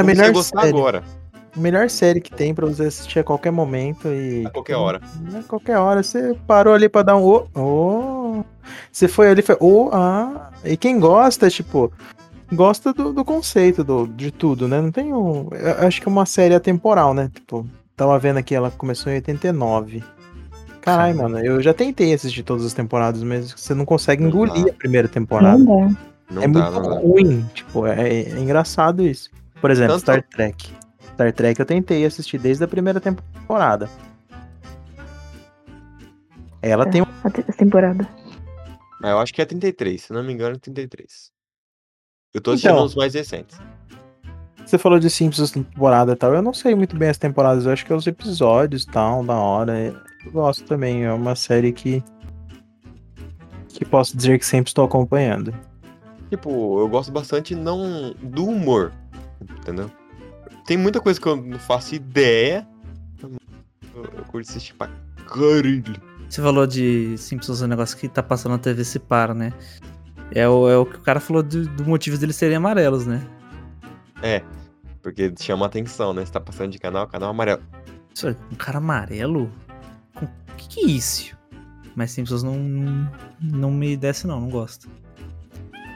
S2: Comecei
S4: É a
S2: a
S4: melhor
S2: gostar
S4: série,
S2: agora,
S4: melhor série que tem pra você assistir a qualquer momento e.
S2: a qualquer hora.
S4: A né? qualquer hora. Você parou ali pra dar um. ô, ô. Você foi ali e foi. ô, ah. E quem gosta, tipo. Gosta do, do conceito do, de tudo, né? Não tem um. eu acho que é uma série atemporal, né? Tipo, tava vendo aqui, ela começou em 89. Caralho, mano, eu já tentei assistir todas as temporadas, mas você não consegue
S2: Não
S4: engolir
S2: dá.
S4: a primeira temporada
S3: Não dá.
S2: Não
S4: é
S2: dá,
S4: muito
S2: não dá.
S4: ruim. Tipo, é, é engraçado isso. Por exemplo,
S2: né? Tanto-
S4: Star Trek. Star Trek eu tentei assistir desde a primeira temporada. Ela tem um.
S3: a te- Essa temporada.
S2: Mas eu acho que é 33, se não me engano, é 33. Eu tô assistindo
S4: Então.
S2: os mais recentes.
S4: Você falou de Simpsons temporada e tal. Eu não sei muito bem as temporadas. Eu acho que é os episódios e tal, da hora. Eu gosto também. É uma série que. Que posso dizer que sempre estou acompanhando.
S2: Tipo, eu gosto bastante não do humor, entendeu? Tem muita coisa que eu não faço ideia. Eu, eu curto assistir pra caralho.
S1: Você falou de Simpsons, um negócio que tá passando na TV se para, né? É o, é o que o cara falou do, do motivo deles serem amarelos, né?
S2: Porque chama atenção, né? Você tá passando de canal, canal amarelo.
S1: Isso, Um cara amarelo? Com- Que que é isso? Mas Simpsons não, não, não me desce não, não gosto.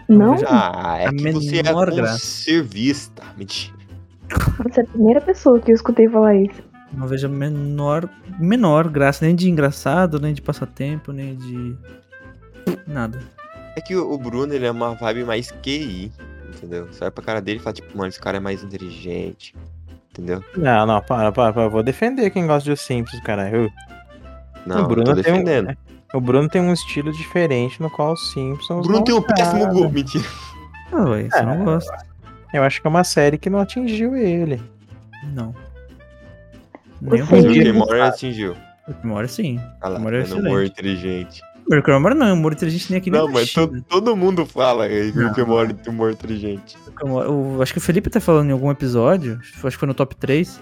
S3: Não?
S2: Ah, é
S1: A
S2: que você é
S1: menor graça.
S2: conservista. Mentira.
S3: Você é a primeira pessoa que eu escutei falar isso.
S1: Não vejo a menor, menor graça, nem de engraçado, nem de passatempo, nem de... Nada.
S2: É que o o Bruno, ele é uma vibe mais QI, entendeu? Você olha pra cara dele e fala, tipo, mano, esse cara é mais inteligente. entendeu?
S4: Não, não, para, para, para. Vou defender quem gosta de Os Simpsons, cara. Eu-
S2: Não,
S4: o Bruno
S2: eu tô
S4: tem um-
S2: defendendo.
S4: o Bruno tem um estilo diferente no qual os
S2: O
S4: Simpsons.
S2: Bruno
S4: não
S2: tem um
S4: tá.
S2: péssimo gol, mentira.
S1: Ah, ué, você não
S4: É.
S1: gosta.
S4: Eu acho que é uma série que não atingiu ele.
S1: Não.
S3: Você-
S1: Nem o
S2: O
S3: Entendi.
S2: Rick and Morty atingiu.
S1: Mora sim.
S2: Olha lá,
S1: um Humor é
S2: tendo humor inteligente.
S1: Rick and Morty não, o Morty a gente nem aqui nem
S2: Não,
S1: na
S2: mas to-
S1: China.
S2: todo mundo fala é, aí,
S1: Não.
S2: Rick and Morty tem um humor inteligente.
S1: Rick and Morty- eu acho que o Felipe tá falando em algum episódio, acho que foi no top 3,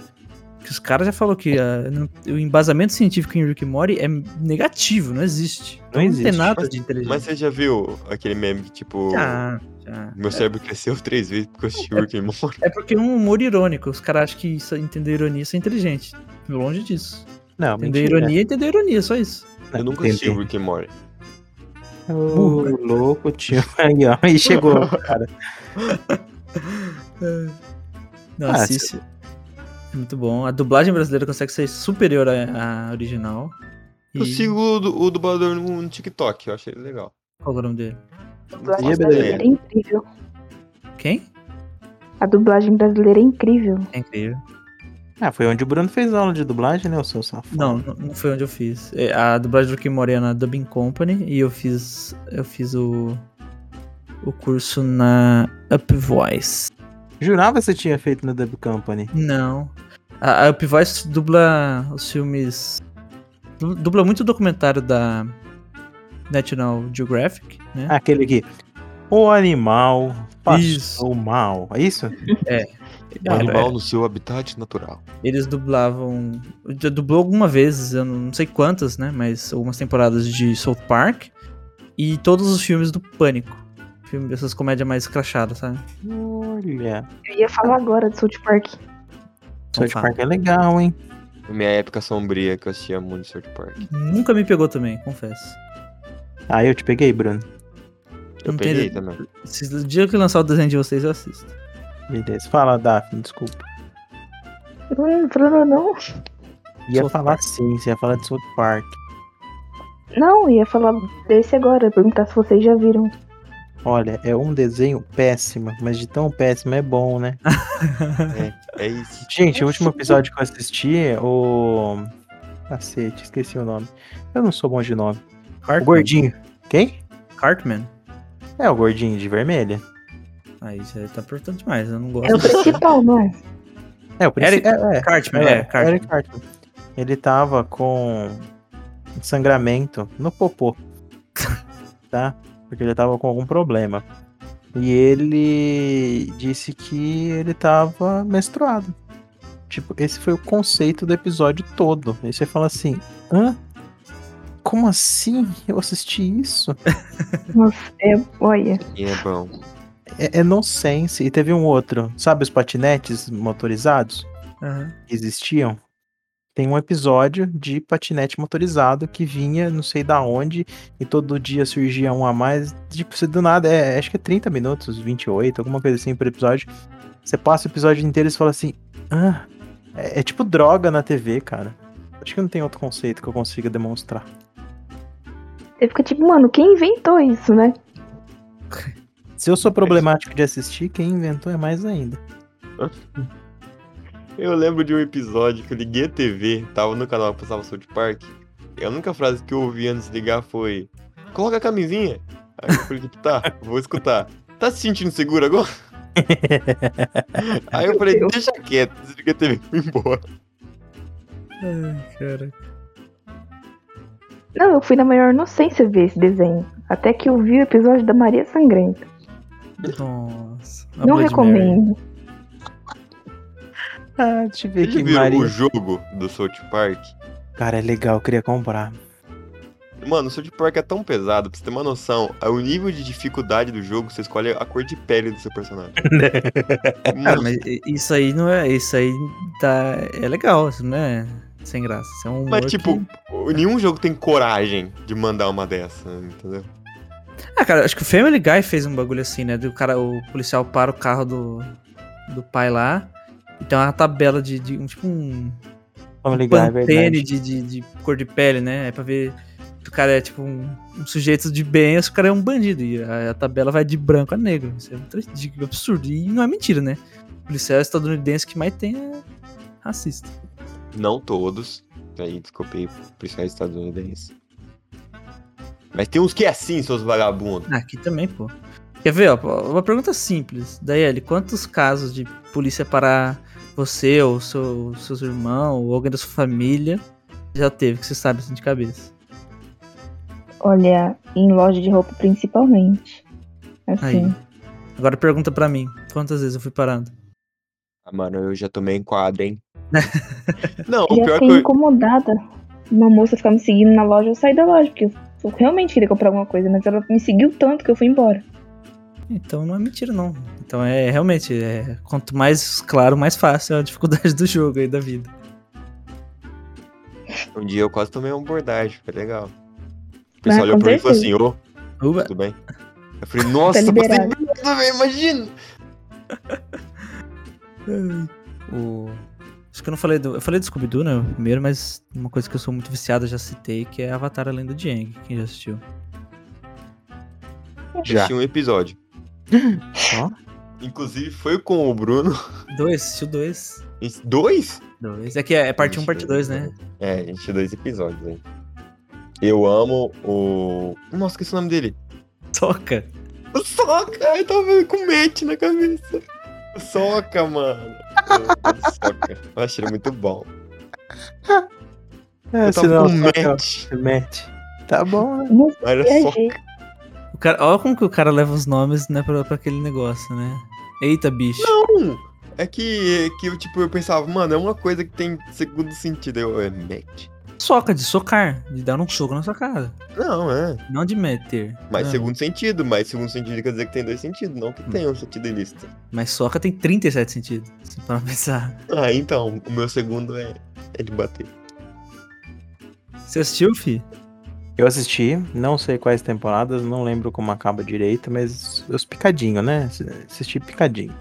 S1: que os caras já falaram que ah, não- o embasamento científico em Rick and Morty é negativo, não existe.
S4: Não existe.
S1: tem nada
S2: Mas-
S1: de inteligente.
S2: Mas você já viu aquele meme que, tipo,
S1: Já, já.
S2: meu cérebro cresceu três vezes porque eu assisti Rick and Morty?
S1: É porque é um humor irônico. Os caras acham que isso- entender ironia isso é inteligente. Longe disso.
S4: Não,
S1: Entender
S4: mentira.
S1: ironia é entender ironia, só isso.
S4: Não,
S2: Eu nunca
S4: entendi.
S2: assisti Rick and Morty.
S4: Ô, louco, tio. Aí, ó, aí chegou, cara.
S1: Não,
S4: Ah,
S1: assiste. É muito bom. A dublagem brasileira consegue ser superior à, à original.
S2: Eu
S1: E-
S2: sigo o, du- o dublador no, no TikTok, eu achei ele legal.
S1: Qual que é o nome dele?
S3: A
S4: Dia
S3: dublagem brasileira é incrível.
S1: Quem?
S3: A dublagem brasileira é incrível.
S1: É incrível.
S4: Ah, foi onde o Bruno fez aula de dublagem, né, o seu safado?
S1: Não, não não foi onde eu fiz. É, A dublagem do Rick Morena Dubbing Company e eu fiz. Eu fiz o. O curso na Upvoice.
S4: Jurava que você tinha feito no Dub Company.
S1: Não. A, a Upvoice dubla os filmes. du- Dubla muito o documentário da National Geographic, né?
S4: Aquele aqui. O animal
S1: Isso.
S4: passou mal. É isso?
S2: Um
S1: Ah,
S2: animal no seu habitat natural.
S1: Eles dublavam. Já dublou algumas vezes, eu não sei quantas, né? Mas algumas temporadas de South Park. E todos os filmes do Pânico. Filme dessas comédias mais crachadas, sabe?
S4: Olha.
S3: Eu ia falar agora de South Park.
S1: Não
S4: South
S1: fala.
S4: Park é legal, hein?
S2: Minha época sombria que eu assistia muito South Park.
S1: Nunca me pegou também, confesso.
S4: Aí Ah, eu te peguei, Bruno.
S2: Eu
S1: Não tem-
S2: peguei também.
S1: Se o dia que lançar o desenho de vocês, eu assisto.
S4: Beleza. Fala, Daphne, desculpa.
S3: Hum, Bruno, não.
S4: Ia
S1: South
S4: falar
S1: Park.
S4: sim, você ia falar de South Park.
S3: Não, ia falar desse agora. Perguntar se vocês já viram.
S4: Olha, é um desenho péssimo, mas de tão péssimo é bom, né? é
S2: É isso.
S4: Ah, Gente, o último episódio que eu assisti, o. Cacete, esqueci o nome. Eu não sou bom de nome.
S1: Cartman.
S4: O gordinho. Quem?
S1: Cartman.
S4: É o gordinho de vermelha.
S1: Aí já tá apertando demais, eu não gosto.
S3: É o principal, não é?
S4: É, o
S1: Eric-
S4: principal. É, é,
S1: Cartman,
S4: é,
S1: é, Cartman.
S4: Eric Cartman. Ele tava com sangramento no popô. tá? Porque ele tava com algum problema. E ele disse que ele tava menstruado. Tipo, esse foi o conceito do episódio todo. Aí você fala assim: hã? Como assim? Eu assisti isso?
S3: Nossa, é. Olha.
S2: E é bom.
S4: É, é nonsense. E teve um outro. Sabe os patinetes motorizados?
S1: Aham.
S4: que existiam, tem um episódio de patinete motorizado que vinha não sei da onde e todo dia surgia um a mais. Tipo, você do nada, é, acho que é 30 minutos, 28, alguma coisa assim por episódio. Você passa o episódio inteiro e você fala assim: ah, é, é tipo droga na TV, cara. Acho que não tem outro conceito que eu consiga demonstrar.
S3: Você fica tipo, mano, quem inventou isso, né?
S4: Se
S2: É
S4: eu sou problemático de assistir, quem inventou é mais ainda.
S2: Eu lembro de um episódio que eu liguei a TV, tava no canal que passava South Park, e a única frase que eu ouvi antes de ligar foi: Coloca a camisinha. Aí eu falei: tipo, Tá, vou escutar. Tá se sentindo seguro agora? Aí eu falei:
S3: Meu
S2: Deixa quieto, desliga a TV e fui embora.
S1: Ai, cara.
S3: Não, eu fui na maior inocência ver esse desenho. Até que eu vi o episódio da Maria Sangrenta.
S1: Nossa. A
S3: não
S1: Blood Mary.
S3: recomendo.
S4: Ah, deixa eu ver
S2: Vocês
S4: aqui,
S2: viram o
S4: Maria.
S2: jogo do South Park?
S4: Cara, é legal, eu queria comprar.
S2: Mano, o South Park é tão pesado, pra você ter uma noção, é o nível de dificuldade do jogo, você escolhe a cor de pele do seu personagem.
S1: Cara,
S2: Mano,
S1: mas i- isso aí não é. Isso aí tá. É legal, isso não é sem graça. Isso é um. humor
S2: Mas, tipo,
S1: que-
S2: nenhum jogo tem coragem de mandar uma dessa, entendeu?
S1: Ah, cara, acho que o Family Guy fez um bagulho assim, né? Do cara, o policial para o carro do. Do pai lá. E tem uma tabela de. de um, tipo um.
S4: Vamos ligar, é verdade.
S1: pantene de, de, de cor de pele, né? É pra ver se o cara é tipo um, um sujeito de bem ou se o cara é um bandido. E a, a tabela vai de branco a um negro. Isso é muito ridículo, absurdo. E não é mentira, né? O policial estadunidense que mais tem é Assista.
S2: Não todos. Aí desculpei policiais estadunidenses. Mas tem uns que é assim, seus vagabundos.
S1: Ah, Aqui também, pô. Quer ver, ó, uma pergunta simples. Daiane, quantos casos de polícia parar você ou seu, seus irmãos ou alguém da sua família já teve, que você sabe assim de cabeça?
S3: Olha, em loja de roupa principalmente. Assim.
S1: Aí. Agora pergunta pra mim, quantas vezes eu fui parado?
S2: Ah, mano, eu já tomei enquadro, hein? Não, o
S3: E assim- eu
S2: pior que
S3: fiquei
S2: eu,
S3: incomodada. Uma moça ficava me seguindo na loja, eu saí da loja, porque eu realmente queria comprar alguma coisa, mas ela me seguiu tanto que eu fui embora.
S1: Então não é mentira, não. Então é realmente, é, quanto mais claro, mais fácil é a dificuldade do jogo aí da vida.
S2: um dia eu quase tomei uma abordagem, foi legal. O
S3: Vai
S2: pessoal olhou pra mim e falou assim,
S3: acontecer.
S2: ô,
S1: Uba,
S2: tudo bem? Eu falei, nossa, você
S3: liberado.
S2: mesmo, velho, imagina!
S1: O... Acho que eu não falei do. Eu falei do Scooby-Doo, né? o Primeiro, mas uma coisa que eu sou muito viciado, eu já citei, que é Avatar Além do Jang. Quem já assistiu?
S4: Já.
S2: Tinha um episódio.
S4: Ó.
S2: Inclusive foi com o Bruno.
S1: Dois, assistiu dois.
S2: Esse- Dois?
S1: Dois. É que é, é parte 1, um, parte 2, né?
S2: É, a gente tem dois episódios, hein? Eu amo o. Nossa, esqueci o nome dele.
S1: Toca.
S2: O Soca! Eu tava com mete na cabeça. O Soca, mano. O Soca. Eu achei ele muito bom.
S4: É,
S2: Eu
S4: se
S2: tava
S4: não,
S2: com um
S4: só
S2: mete.
S4: que- match. Tá bom, né?
S3: Mas
S2: Mas era
S3: eu
S2: Soca.
S3: viajei.
S1: O cara, olha como que o cara leva os nomes, né, pra, pra aquele negócio, né? Eita, bicho.
S2: Não! É que, é que eu, tipo, eu pensava, mano, é uma coisa que tem segundo sentido. Eu, é mete?
S1: Soca, de socar. De dar um soco na sua cara.
S2: Não, é.
S1: Não de meter.
S2: Mas
S1: Ah,
S2: segundo sentido, mas segundo sentido quer dizer que tem dois sentidos, não que tem um sentido ilícito.
S1: Mas soca tem 37 sentidos, se para pensar.
S2: Ah, então, o meu segundo é, é de bater.
S1: Você assistiu, fi?
S4: Eu assisti, não sei quais temporadas, não lembro como acaba direito, mas os picadinho, né? Assisti picadinho.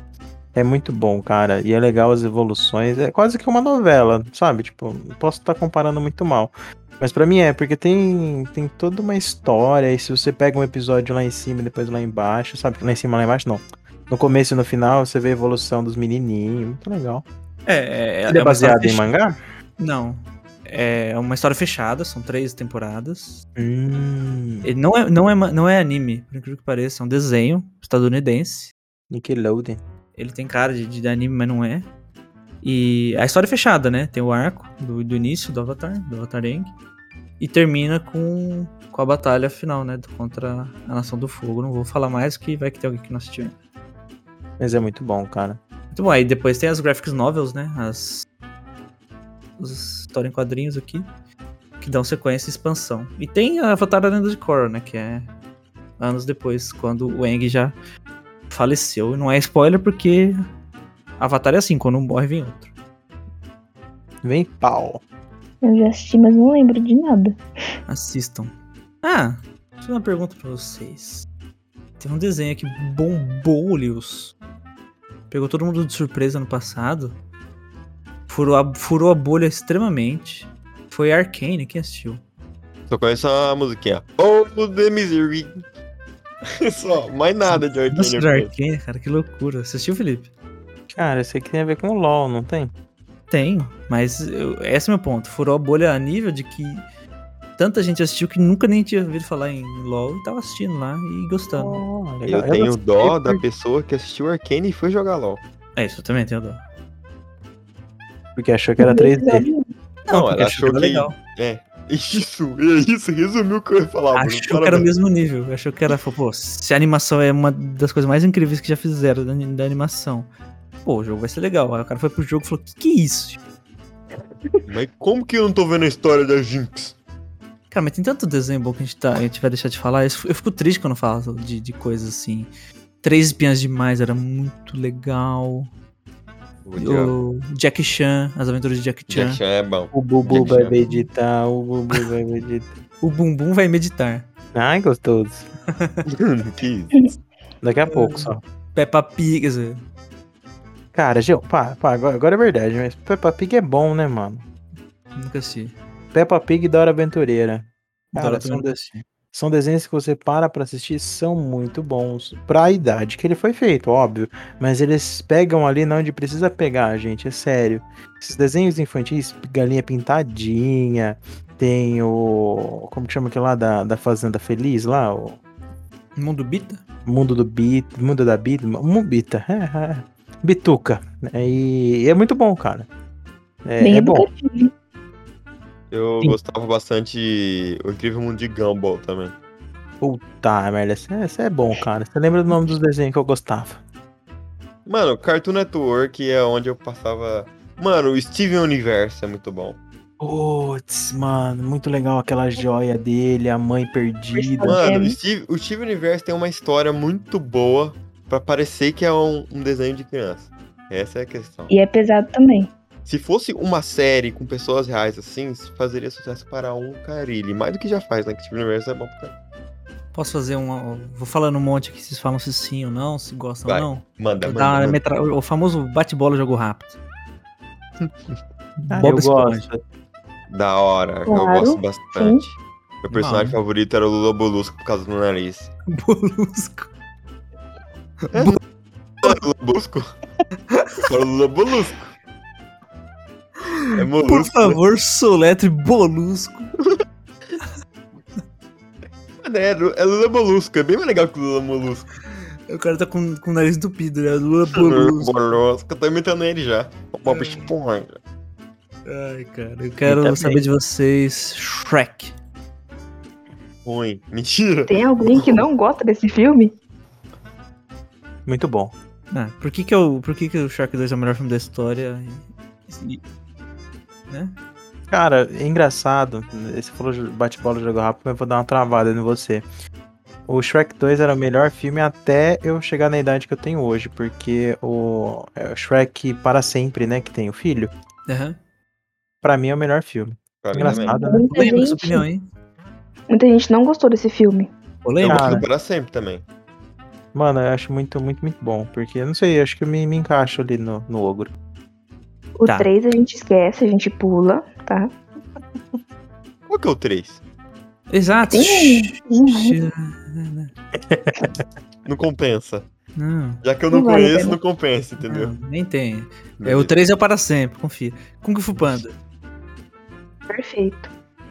S4: É muito bom, cara, e é legal as evoluções. É quase que uma novela, sabe? Tipo, posso estar comparando muito mal. Mas pra mim é, porque tem, tem toda uma história, e se você pega um episódio lá em cima e depois lá embaixo, sabe? Lá em cima, lá embaixo, não. No começo e no final, você vê a evolução dos menininhos, muito legal.
S1: É, é,
S4: Ele é
S1: uma história
S4: baseado em
S1: fech-
S4: mangá?
S1: Não. É uma história fechada, são três temporadas.
S4: Hum,
S1: Ele não é, não é, ma- não é anime, por incrível que pareça, é um desenho estadunidense.
S4: Nickelodeon.
S1: Ele tem cara de, de anime, mas não é. E a história é fechada, né? Tem o arco do, do início do Avatar, do Avatar Aang. E termina com, com a batalha final, né? Contra a Nação do Fogo. Não vou falar mais, que vai que tem alguém que não assistiu. ainda.
S4: Mas é muito bom, cara.
S1: Muito bom, aí depois tem as graphics novels, né? As. Os história em quadrinhos aqui. Que dão sequência e expansão. E tem a Avatar Lenda de Korra, né? Que é anos depois, quando o Eng já faleceu. E não é spoiler porque Avatar é assim, quando um morre vem outro.
S4: Vem pau.
S3: Eu já assisti, mas não lembro de nada.
S1: Assistam. Ah, deixa eu fazer uma pergunta pra vocês. Tem um desenho que bombou olhos. Pegou todo mundo de surpresa no passado. Furou a, furou a bolha extremamente. Foi Arcane quem assistiu.
S2: Só conheço a musiquinha. Oh, the misery. Só, mais nada de
S1: Nossa, de
S2: Arcane.
S1: Arcane, cara, que loucura. Você assistiu, Felipe?
S4: Cara, isso aqui tem a ver com o LoL, não tem?
S1: Tenho, mas eu- esse é meu ponto. Furou a bolha a nível de que tanta gente assistiu que nunca nem tinha ouvido falar em LoL e tava assistindo lá e gostando.
S4: Oh, legal.
S2: Eu tenho
S4: gostei
S2: dó da
S4: por-
S2: pessoa que assistiu Arcane e foi jogar LOL.
S1: É isso, eu também tenho dó.
S4: Porque achou que era 3D.
S2: Não,
S1: porque
S2: ela
S1: achou
S2: achou
S1: que era
S2: que-
S1: legal.
S2: Isso, é isso, resumiu o que eu ia falar. Bruno.
S1: Achou que era o
S2: Parabéns.
S1: mesmo nível. Achou que era. falou, Pô, se a animação é uma das coisas mais incríveis que já fizeram da, da animação. Pô, o jogo vai ser legal. Aí o cara foi pro jogo e falou: Que que é isso?
S2: Mas como que eu não tô vendo a história da Jinx?
S1: Cara, mas tem tanto desenho bom que a gente, tá, a gente vai deixar de falar. Eu fico eu fico triste quando eu falo de, de coisas assim. Três Espinhas Demais era muito legal.
S2: O diabo.
S1: O Jack Chan, As Aventuras de Jack Chan.
S2: Jack Chan é bom.
S4: O Bubu
S2: Jack
S4: vai
S2: Chan.
S4: meditar, o Bubu vai meditar.
S1: O Bumbum vai meditar.
S4: Ai, gostoso.
S2: que isso.
S4: Daqui a pouco só.
S1: Peppa Pig. quer dizer,
S4: Cara, Gil, pá, pá, agora, agora é verdade, mas Peppa Pig é bom, né, mano?
S1: Nunca assisti.
S4: Peppa Pig e Dora Aventureira. Cara,
S1: Dora
S4: são
S1: também nunca
S4: dois-
S1: assisti.
S4: São desenhos que você para pra assistir, são muito bons pra idade que ele foi feito, óbvio. Mas eles pegam ali na onde precisa pegar, gente, é sério. Esses desenhos infantis, Galinha Pintadinha, tem o... como que chama aquele lá da, da Fazenda Feliz lá? O
S1: Mundo Bita?
S4: Mundo do Bit, Mundo da Bit, Mubita, é, é. Bituca. É, E é muito bom, cara. É,
S3: Bem
S4: é bom.
S3: educativo.
S2: Eu
S4: Sim.
S2: gostava bastante de O Incrível Mundo de Gumball também.
S4: Puta merda, você é bom, cara. Você lembra do nome dos desenhos que eu gostava?
S2: Mano, Cartoon Network é onde eu passava. Mano, o Steven Universe é muito bom.
S4: Putz, mano, muito legal aquela joia dele, a mãe perdida.
S3: Mano,
S2: Mano, o
S3: é-
S2: Steve, o Steven Universe tem uma história muito boa pra parecer que é um, um desenho de criança. Essa é a questão.
S3: E é pesado também.
S2: Se fosse uma série com pessoas reais assim, fazeria sucesso para um carilho. Mais do que já faz, né? Que Steven Universe é bom pra caralho.
S1: Posso fazer uma. Vou falando um monte aqui, vocês falam se sim ou não, se gostam
S2: Vai,
S1: ou não.
S2: Manda,
S1: Vou
S2: manda.
S1: dar uma
S2: manda.
S1: metra- O famoso bate-bola jogo rápido.
S4: Ah,
S1: Bob
S4: eu
S1: Esponja.
S4: gosto.
S2: Da hora, eu
S3: Claro,
S2: gosto bastante. Meu personagem
S1: Não.
S2: favorito era o Lula Bolusco por causa do nariz.
S1: Bolusco.
S2: Lula Bolusco? Era o Lula Bolusco. É molusco.
S1: Por
S2: né?
S1: favor, soletre Bolusco.
S2: Mano, é, é Lula Molusco, é bem mais legal que o Lula Molusco.
S1: O cara tá com, com o nariz entupido, né? Lula
S2: Lula
S1: Bolusco.
S2: Molusco, eu tô imitando ele já. Um O Bob
S3: Hum.
S2: Esponja.
S1: Ai, cara, eu
S4: E
S1: quero
S4: também.
S1: saber de vocês. Shrek.
S2: Ruim. Mentira.
S3: Tem alguém que não gosta desse filme?
S4: Muito bom.
S1: Ah, por que que, eu, por que que o Shrek 2 é o melhor filme da história? E- e- né?
S4: Cara, é engraçado. Você falou de bate-bola jogo rápido, mas eu vou dar uma travada em você. O Shrek 2 era o melhor filme até eu chegar na idade que eu tenho hoje, porque o é o Shrek para sempre, né, que tem o filho,
S1: Aham.
S4: Pra mim é o melhor filme.
S2: Pra mim também.
S4: Engraçado, né?
S3: Muita
S1: Polêmica sua
S3: gente,
S1: opinião, hein?
S3: muita gente não gostou desse filme.
S2: Eu
S1: Polêmica.
S4: Cara.
S2: gosto do Pra Sempre também.
S4: Mano, eu acho muito, muito, muito bom, porque eu não sei, eu acho que eu me, me encaixo ali no, no ogro.
S3: O
S1: Tá.
S3: 3 a gente esquece, a gente pula, tá?
S2: Qual que é o 3?
S1: Exato.
S3: Ih, ih,
S2: Não compensa.
S1: Não,
S2: Já que eu não,
S3: Não vale a
S2: conheço,
S3: pena.
S2: não compensa, entendeu?
S1: não, nem tem. É, o 3 é o para sempre, confia. Kung Fu Panda.
S3: Perfeito.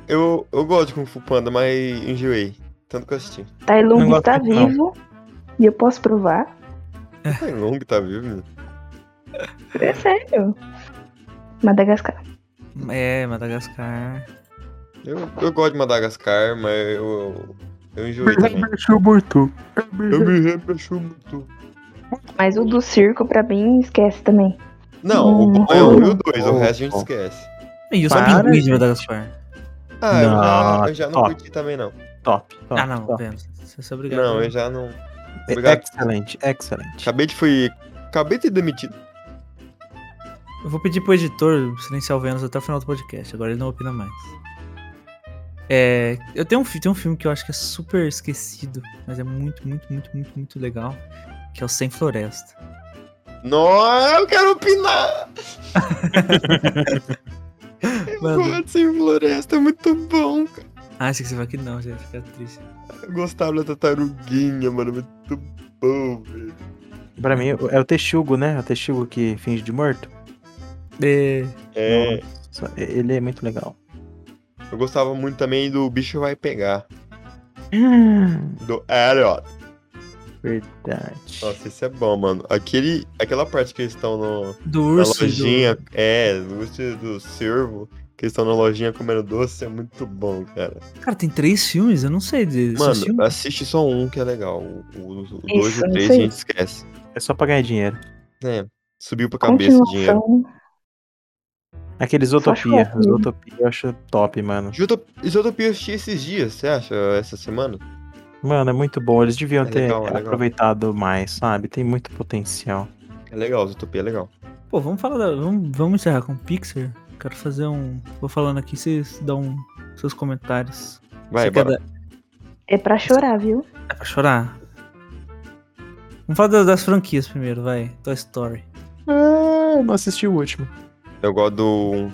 S2: Eu, eu gosto de Kung Fu Panda, mas enjoei. Tanto que eu assisti.
S3: Tai
S4: Não
S3: Lung
S4: gosto
S3: está
S4: muito, não.
S3: tá vivo. E eu posso provar.
S2: É longo, tá vivo? menino?
S3: É sério. Madagascar.
S1: É, Madagascar.
S2: Eu, eu gosto de Madagascar, mas eu, eu enjoei também.
S4: muito.
S2: Eu me rebaixou muito.
S3: Mas o do circo, pra mim, esquece também.
S2: Não, o
S3: Hum.
S2: bom é um e o dois, o
S4: Oh,
S2: resto a gente
S4: oh.
S2: esquece.
S1: E os
S4: Para,
S1: pinguins de
S4: gente.
S1: Madagascar.
S2: Ah, eu já,
S4: Não,
S2: eu já não
S4: ó.
S2: curti também, não.
S4: Top, top.
S1: ah, não,
S4: top.
S1: pera. Você é obrigado.
S2: Não, eu já não. Obrigado.
S4: É Excelente, excelente.
S2: Acabei de fui. Acabei de ser demitido.
S1: Eu vou pedir pro editor silenciar o Vênus até o final do podcast. Agora ele não opina mais. É, eu tenho um, fi- tem um filme que eu acho que é super esquecido, mas é muito, muito, muito, muito, muito legal. Que é o Sem Floresta.
S2: Não, eu quero opinar! eu
S1: Manda.
S2: gosto de Sem Floresta, é muito bom, cara.
S1: Ah, achei que você vai que não, gente. Fica triste.
S2: Eu gostava da tartaruguinha, mano, é muito bom, velho.
S4: Pra mim é o Texugo, né? O Texugo que finge de morto.
S1: É,
S2: É,
S4: Nossa, Ele é muito legal.
S2: eu gostava muito também do Bicho Vai Pegar,
S4: Hum.
S2: do Elliot.
S4: Verdade.
S2: Nossa, isso é bom, mano. Aquele, aquela parte que eles estão no,
S1: do
S2: na
S1: urso. e do-
S2: lojinha, é, no urso do servo, que eles estão na lojinha comendo doce, é muito bom, cara.
S1: Cara, tem três filmes? Eu não sei de. são
S2: Mano,
S1: filmes?
S2: assiste só um que é legal. O 2 e
S3: Isso,
S2: o
S3: não
S2: 3 a
S3: sei.
S2: gente esquece.
S4: É só pra ganhar dinheiro.
S2: É, subiu pra cabeça o dinheiro.
S3: Continuação.
S4: Aquele
S3: Só
S4: Zootopia.
S3: choque, né?
S4: Zootopia eu acho top, mano.
S2: Juto- Isotopia eu assisti esses dias, você acha? Essa semana?
S4: Mano, é muito bom. Eles deviam
S2: É
S4: ter
S2: legal, é legal.
S4: aproveitado mais, sabe? Tem muito potencial.
S2: É legal, Isotopia é legal.
S1: Pô, vamos falar da. Vamos, vamos encerrar com Pixar. Quero fazer um. Vou falando aqui, vocês dão seus comentários.
S2: Vai,
S1: Você quer
S2: bora.
S3: É pra chorar, viu?
S1: dar- É pra chorar. Vamos falar das, das franquias primeiro, vai. Toy Story.
S4: Ah, não assisti o último.
S2: Eu gosto do.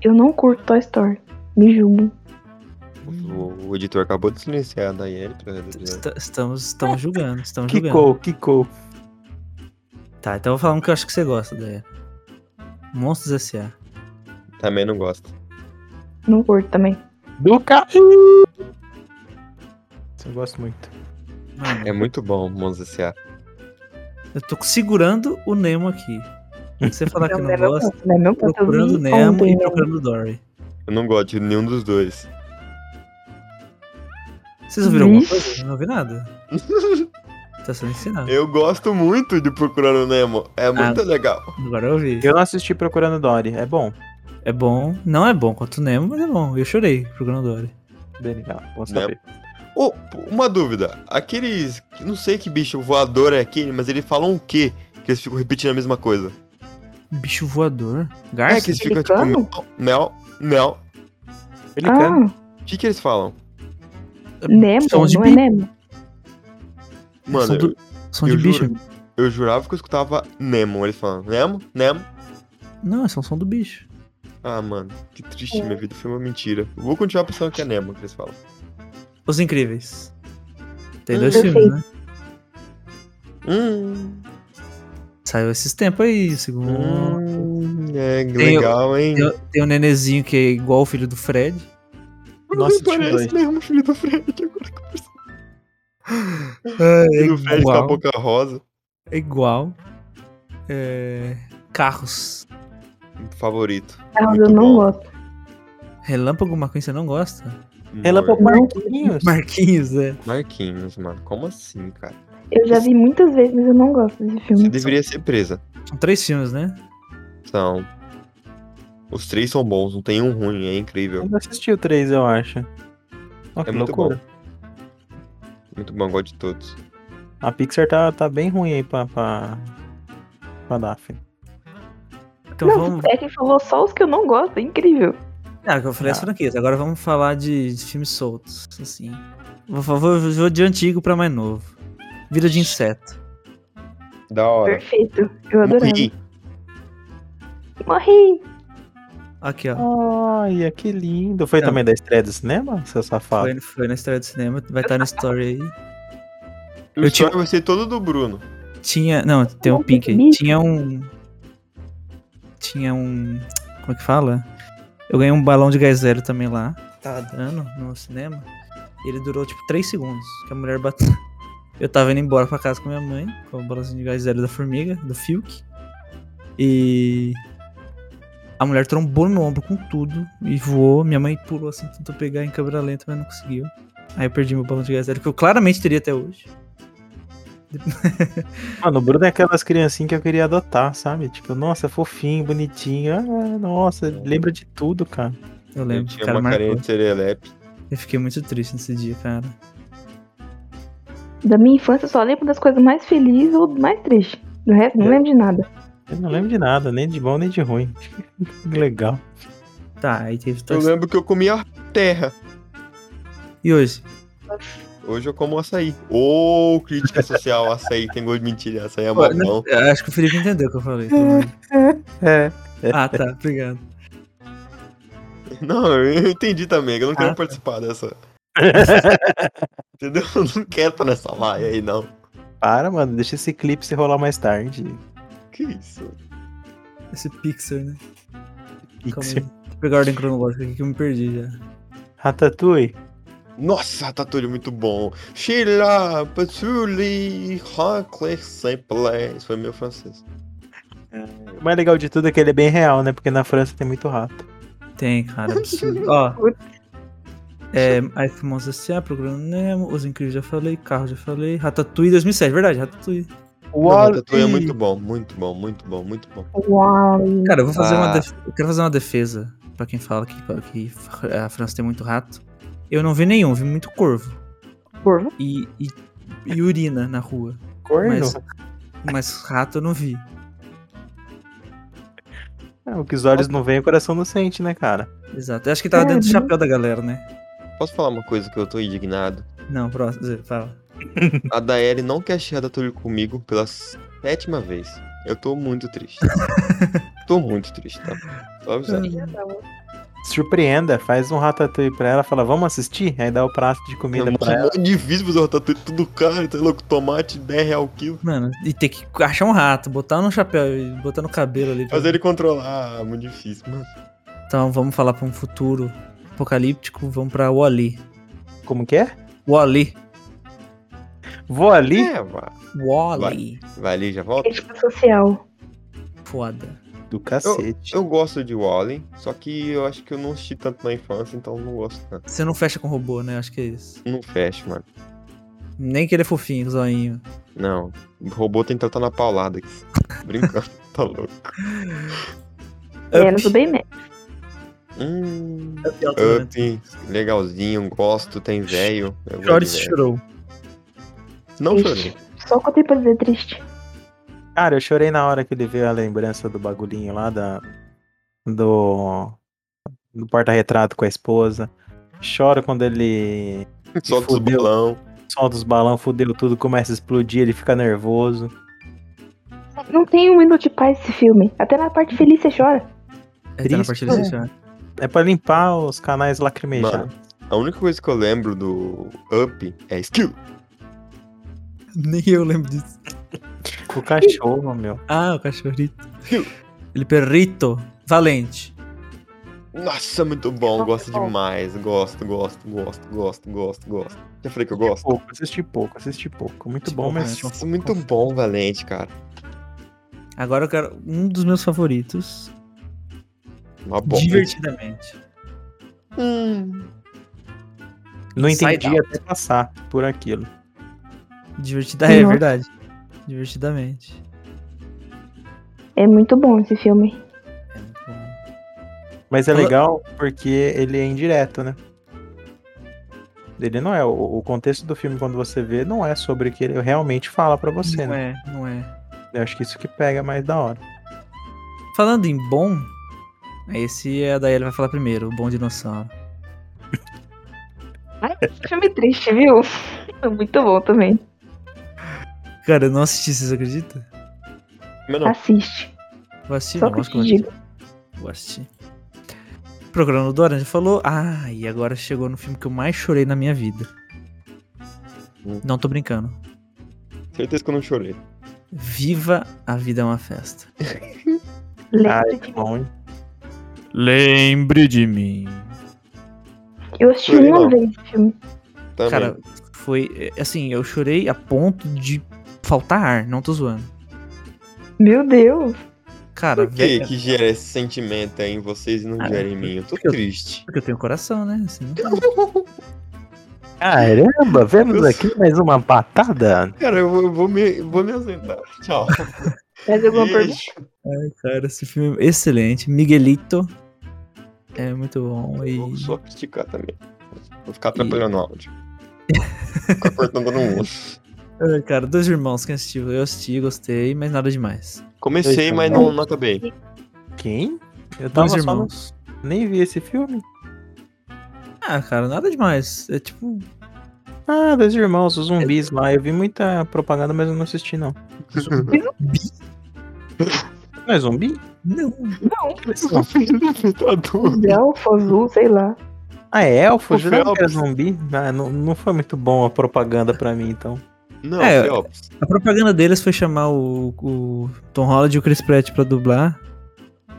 S3: Eu não curto Toy Story. Me julgo.
S2: O, o O editor acabou de silenciar a Daiane. pra-
S1: Tá Est- Estamos, estamos julgando, estamos julgando.
S4: Kiko, Kiko.
S1: Tá, então eu vou falar um que eu acho que você gosta, Daiane. Monstros S.A.
S2: Também não gosto.
S3: Não curto também.
S4: Do ca... Eu gosto muito.
S1: Mano,
S2: É muito bom, Monza S.A. É.
S1: eu tô segurando o Nemo aqui. Se você falar que
S3: Não,
S1: não
S3: é meu
S1: gosta,
S3: ponto, né? Meu ponto, eu
S1: procurando
S3: vi
S1: Nemo
S3: ontem,
S1: e
S3: né?
S1: procurando Dory.
S2: Eu não gosto de nenhum dos dois.
S1: Vocês ouviram alguma
S3: Vixe.
S1: coisa? Eu Não ouvi nada. Tá sendo ensinado.
S2: Eu gosto muito de Procurando Nemo. É
S1: Ah.
S2: muito legal.
S1: Agora eu ouvi.
S4: Eu não assisti Procurando Dory. É bom.
S1: É bom. Não é bom quanto o Nemo, mas é bom. Eu chorei procurando Dory.
S4: Bem legal. Bom
S2: Né?
S4: saber.
S2: Ô, uma dúvida. Aqueles. Não sei que bicho voador é aquele, mas eles falam o quê? Que eles ficam repetindo a mesma coisa.
S1: Bicho voador.
S2: É
S1: Garça?
S2: que eles ficam tipo.
S3: Pelicano?
S2: Não, não. É.
S4: Pelicano.
S3: Ah,
S2: O que, que eles falam?
S3: Nemo,
S1: São de
S3: não é
S1: bi-
S3: Nemo?
S2: Mano,
S1: São, do- são de
S2: eu
S1: bicho.
S2: juro. eu jurava que eu escutava Nemo. Eles falam, Nemo? Nemo?
S1: Não, é só o som do bicho.
S2: Ah, mano, que triste, minha vida foi uma mentira. Eu vou continuar pensando que é Nemo que eles falam.
S1: Os Incríveis. Tem dois
S3: Perfeito.
S1: filmes, né?
S2: Hum,
S1: Saiu esses tempos aí, o segundo.
S2: hum é
S1: Tem o-
S2: legal, hein?
S1: Tem, o- tem o nenezinho que é igual o filho do Fred.
S4: Nossa, tinha
S2: parece
S4: dois.
S2: mesmo o filho do Fred agora.
S1: É,
S2: E o Fred com a
S1: igual.
S2: boca rosa.
S1: É igual. É, Carros.
S2: Favorito.
S3: Ah,
S2: Muito
S3: eu não
S2: bom.
S3: gosto.
S1: Relâmpago McQueen você não gosta?
S4: Relâmpago
S3: Não.
S4: Marquinhos.
S1: Marquinhos, é.
S2: Marquinhos, mano. Como assim, cara?
S3: Eu já vi muitas vezes, mas eu não gosto desse
S2: Você
S3: filme.
S2: deveria ser presa.
S1: São três filmes, né?
S2: Então. Os três são bons, não tem um ruim, é incrível.
S4: Eu não assisti o 3, eu acho. Ó, que
S2: É muito
S4: loucura.
S2: bom. Muito bom, eu gosto de todos.
S4: A Pixar tá, tá bem ruim aí pra, pra, pra Daphne.
S1: Então
S3: não,
S1: vamos.
S3: é que falou só os que eu não gosto, é incrível.
S1: Cara, que eu falei as
S4: Ah.
S1: franquias. Agora vamos falar de, de filmes soltos, assim. Por favor, eu vou de antigo pra mais novo. Vida de inseto.
S2: Da hora.
S3: Perfeito, eu adorava.
S2: Morri.
S3: Morri!
S1: Aqui, ó.
S4: Olha, que lindo.
S2: É.
S4: Foi
S1: Não.
S4: também da estreia do cinema, seu safado?
S1: Foi, foi na estreia do cinema, vai estar no story aí. Eu
S2: O story vai ser todo do Bruno.
S1: Tinha. Não, tem um
S3: Nossa,
S1: pink
S3: que
S1: aí.
S3: lindo.
S1: Tinha um. Tinha um. Como é que fala? Eu ganhei um balão de gás zero também lá. Tava dando no cinema. E ele durou tipo 3 segundos. Que a mulher bateu. Eu tava indo embora pra casa com minha mãe, com o balãozinho de gás zero da formiga, do Filk. E. A mulher trombou no meu ombro com tudo e voou. Minha mãe pulou assim, tentou pegar em câmera lenta, mas não conseguiu. Aí eu perdi meu balão de gás zero, que eu claramente teria até hoje.
S4: Mano, o Bruno é aquelas criancinhas que eu queria adotar, sabe? Tipo, nossa, fofinho, bonitinho. Ah, nossa, lembra de tudo, cara.
S1: Eu
S2: Eu
S1: lembro, o
S2: tinha
S1: cara
S2: uma
S1: marcou.
S2: carinha de serelepe.
S1: Eu fiquei muito triste nesse dia, cara.
S3: Da minha infância eu só lembro das coisas mais felizes ou mais tristes. Do resto, não
S4: É.
S3: lembro de nada.
S4: Eu não lembro de nada, nem de bom nem de ruim. Que Legal.
S1: Tá, aí teve
S2: Eu
S1: Toy Story.
S2: lembro que eu comia terra.
S1: E hoje?
S2: Hoje eu como açaí. Ô, oh, crítica social, açaí tem gosto de mentira, açaí é
S1: né?
S2: mó bom.
S1: Eu acho que o Felipe entendeu o que eu falei. pelo menos.
S4: É.
S1: ah, tá, obrigado.
S2: Não, eu entendi também, que eu não quero
S1: Ah, tá.
S2: participar dessa. Entendeu? Eu não quero estar nessa laia aí, não.
S4: Para, mano, deixa esse clipe se rolar mais tarde.
S2: Que isso?
S1: Esse Pixar, né?
S4: Pixar.
S1: Calma aí. Vou pegar a ordem cronológica aqui que eu me perdi já.
S4: Ratatouille.
S2: Nossa, Ratatouille é muito bom. Sheila, Patchouli, Rockler, Simple. Isso foi meu francês.
S4: O mais legal de tudo é que ele é bem real, né? Porque na França tem muito rato.
S1: Tem, cara, absurdo. Ó. É, Ice Monster S.A., Procurando Nemo, Os Incríveis já falei, Carro já falei, Ratatouille 2007, verdade, Ratatouille.
S2: Não, Ratatouille é
S4: Wall-E.
S2: muito bom, muito bom, muito bom, muito bom.
S3: Uau!
S1: Cara, eu vou fazer uma
S2: Ah.
S1: def- eu quero fazer uma defesa pra quem fala que, que a França tem muito rato. Eu não vi nenhum, vi muito corvo
S3: Corvo.
S1: e, e, e urina na rua.
S2: é
S4: Corno.
S1: Mas, mas rato eu não vi.
S4: É, o que os olhos não veem, o coração não sente, né, cara?
S1: Exato. Eu acho que tava
S3: É,
S1: dentro do
S3: né?
S1: chapéu da galera, né?
S2: Posso falar uma coisa que eu tô indignado?
S1: Não, próximo. Zé, Fala.
S2: A Daeli não quer assistir Ratatouille comigo pela sétima vez.
S3: É.
S2: Eu tô muito triste. tô muito triste, tá? Só avisando.
S3: Eu
S4: surpreenda, faz um ratatouille pra ela, fala, vamos assistir? Aí dá o prato de comida
S2: Mano,
S4: pra ela.
S2: é difícil fazer o ratatouille tudo caro, tá louco? Tomate, 10 real o quilo.
S1: Mano, e ter que achar um rato, botar no chapéu e botar no cabelo ali. pra-
S2: Fazer ele controlar, ah, muito difícil, mano.
S1: Então vamos falar pra um futuro apocalíptico, vamos pra Wally.
S4: Como que é?
S1: Wally.
S4: Vou ali.
S2: É, vai,
S1: Wally.
S2: vai ali, já volta.
S3: Crítica social.
S1: Foda.
S4: Do cacete.
S2: Eu gosto de Wally, só que eu acho que eu não assisti tanto na infância, então não gosto tanto.
S1: Você não fecha com robô, né? Acho que é isso.
S2: Não fecha, mano.
S1: Nem que ele é fofinho, zoinho.
S2: Não. O robô tem que tratar na paulada aqui. Brincando, tá louco.
S1: É
S3: Menos o Baymax.
S2: Hum.
S1: Up em alto né? momento.
S2: Up, legalzinho, gosto, tem velho. eu gosto de
S1: Chore se
S2: velho.
S1: chorou.
S2: Não chorei.
S3: Triste. Só o que eu tenho pra dizer é triste.
S4: Cara, eu chorei na hora que ele veio a lembrança do bagulhinho lá da. Do. Do porta-retrato com a esposa. Choro quando ele
S2: Solta os
S4: Fudeu.
S2: balão.
S4: solta os balão, fudeu tudo, começa a explodir, ele fica nervoso.
S3: Não tem um minuto de paz esse filme. Até na parte feliz você chora.
S1: É, tá na parte
S4: Triste,
S1: dele
S4: né?
S1: se chorar.
S4: É pra limpar os canais lacrimejados.
S2: A única coisa que eu lembro do Up é skill.
S1: Nem eu lembro disso.
S4: O cachorro, meu.
S1: Ah, o cachorrito. Ele é perrito. Valente.
S2: Nossa, muito bom,
S3: Nossa,
S2: gosto
S3: bom.
S2: demais. Gosto, gosto, gosto, gosto, gosto, gosto. Já falei que eu gosto?
S4: Pouco, assisti pouco, assisti pouco. Muito
S1: Assisti
S4: bom,
S1: pouco,
S4: mas.
S1: né?
S2: Nossa, muito bom, Valente, cara.
S1: Agora eu quero um dos meus favoritos.
S2: Uma bomba.
S1: divertidamente.
S2: Hum.
S4: Não
S1: Inside
S4: entendi
S1: Out.
S4: até passar por aquilo.
S1: Divertida é
S3: Nossa.
S1: verdade. Divertidamente.
S3: É muito bom esse filme.
S1: É muito bom.
S4: Mas é
S1: Ela-
S4: legal porque ele é indireto, né? Ele não é. O o contexto do filme, quando você vê, não é sobre o que ele realmente fala pra você,
S1: não
S4: né?
S1: é, não é.
S4: Eu acho que isso que pega mais da hora.
S1: Falando em bom, esse é a Daiane vai falar primeiro, o bom dinossauro.
S3: Filme triste, viu? Muito bom também.
S1: Cara, eu não assisti, vocês acreditam?
S2: Mas não,
S3: Assiste.
S1: Vou assistir,
S3: Só
S1: não,
S3: que eu
S1: acho que
S3: te
S1: eu vou
S3: digo.
S1: assistir. Vou assistir. Procurando o Dora, já falou. Ah, e agora chegou no filme que eu mais chorei na minha vida.
S2: Hum.
S1: Não tô brincando.
S2: certeza que eu não chorei.
S1: Viva a vida é uma festa.
S4: Ai,
S3: Lembra
S4: que
S3: de
S4: bom, hein?
S1: Lembre de mim.
S3: Eu assisti
S2: Foi
S3: uma
S2: legal.
S3: vez esse filme.
S2: Também.
S1: Cara, foi é, assim, eu chorei a ponto de faltar ar, não tô zoando.
S3: Meu Deus.
S1: Cara, é,
S2: E aí,
S1: velho,
S2: que gera esse sentimento aí em vocês e não
S1: Cara,
S2: gera em mim? Eu tô
S1: porque eu-
S2: triste.
S1: porque eu tenho coração, né? Assim, não-
S4: Caramba, vemos
S2: Eu-
S4: aqui mais uma patada.
S2: Cara, eu vou, eu vou me, eu vou me ausentar. Tchau.
S3: Faz alguma
S2: Ixi.
S3: pergunta?
S1: Cara, esse filme é excelente. Miguelito. É muito bom. E
S2: Vou só criticar também. Vou ficar atrapalhando o áudio. Ficar cortando todo mundo.
S1: É, Cara, dois irmãos que assistiu. Eu assisti, gostei, mas nada demais.
S2: Comecei, mas não, não acabei.
S4: Quem? Eu tava
S1: Dois
S4: só no...
S1: irmãos.
S4: Nem vi esse filme.
S1: Ah, cara, nada demais. É tipo.
S4: Ah, dois irmãos, os zumbis lá. Eu vi muita propaganda, mas eu não assisti, não. Não é zumbi?
S1: Não.
S3: um
S2: um
S3: Elfo azul, um sei lá.
S4: Ah, é elfo?
S2: O
S4: Eu jurava que era
S2: Phelps.
S4: zumbi. Ah, não, não foi muito bom a propaganda pra mim, então.
S2: Não,
S1: É,
S2: Phelps.
S1: A propaganda deles foi chamar o, o Tom Holland e o Chris Pratt pra dublar.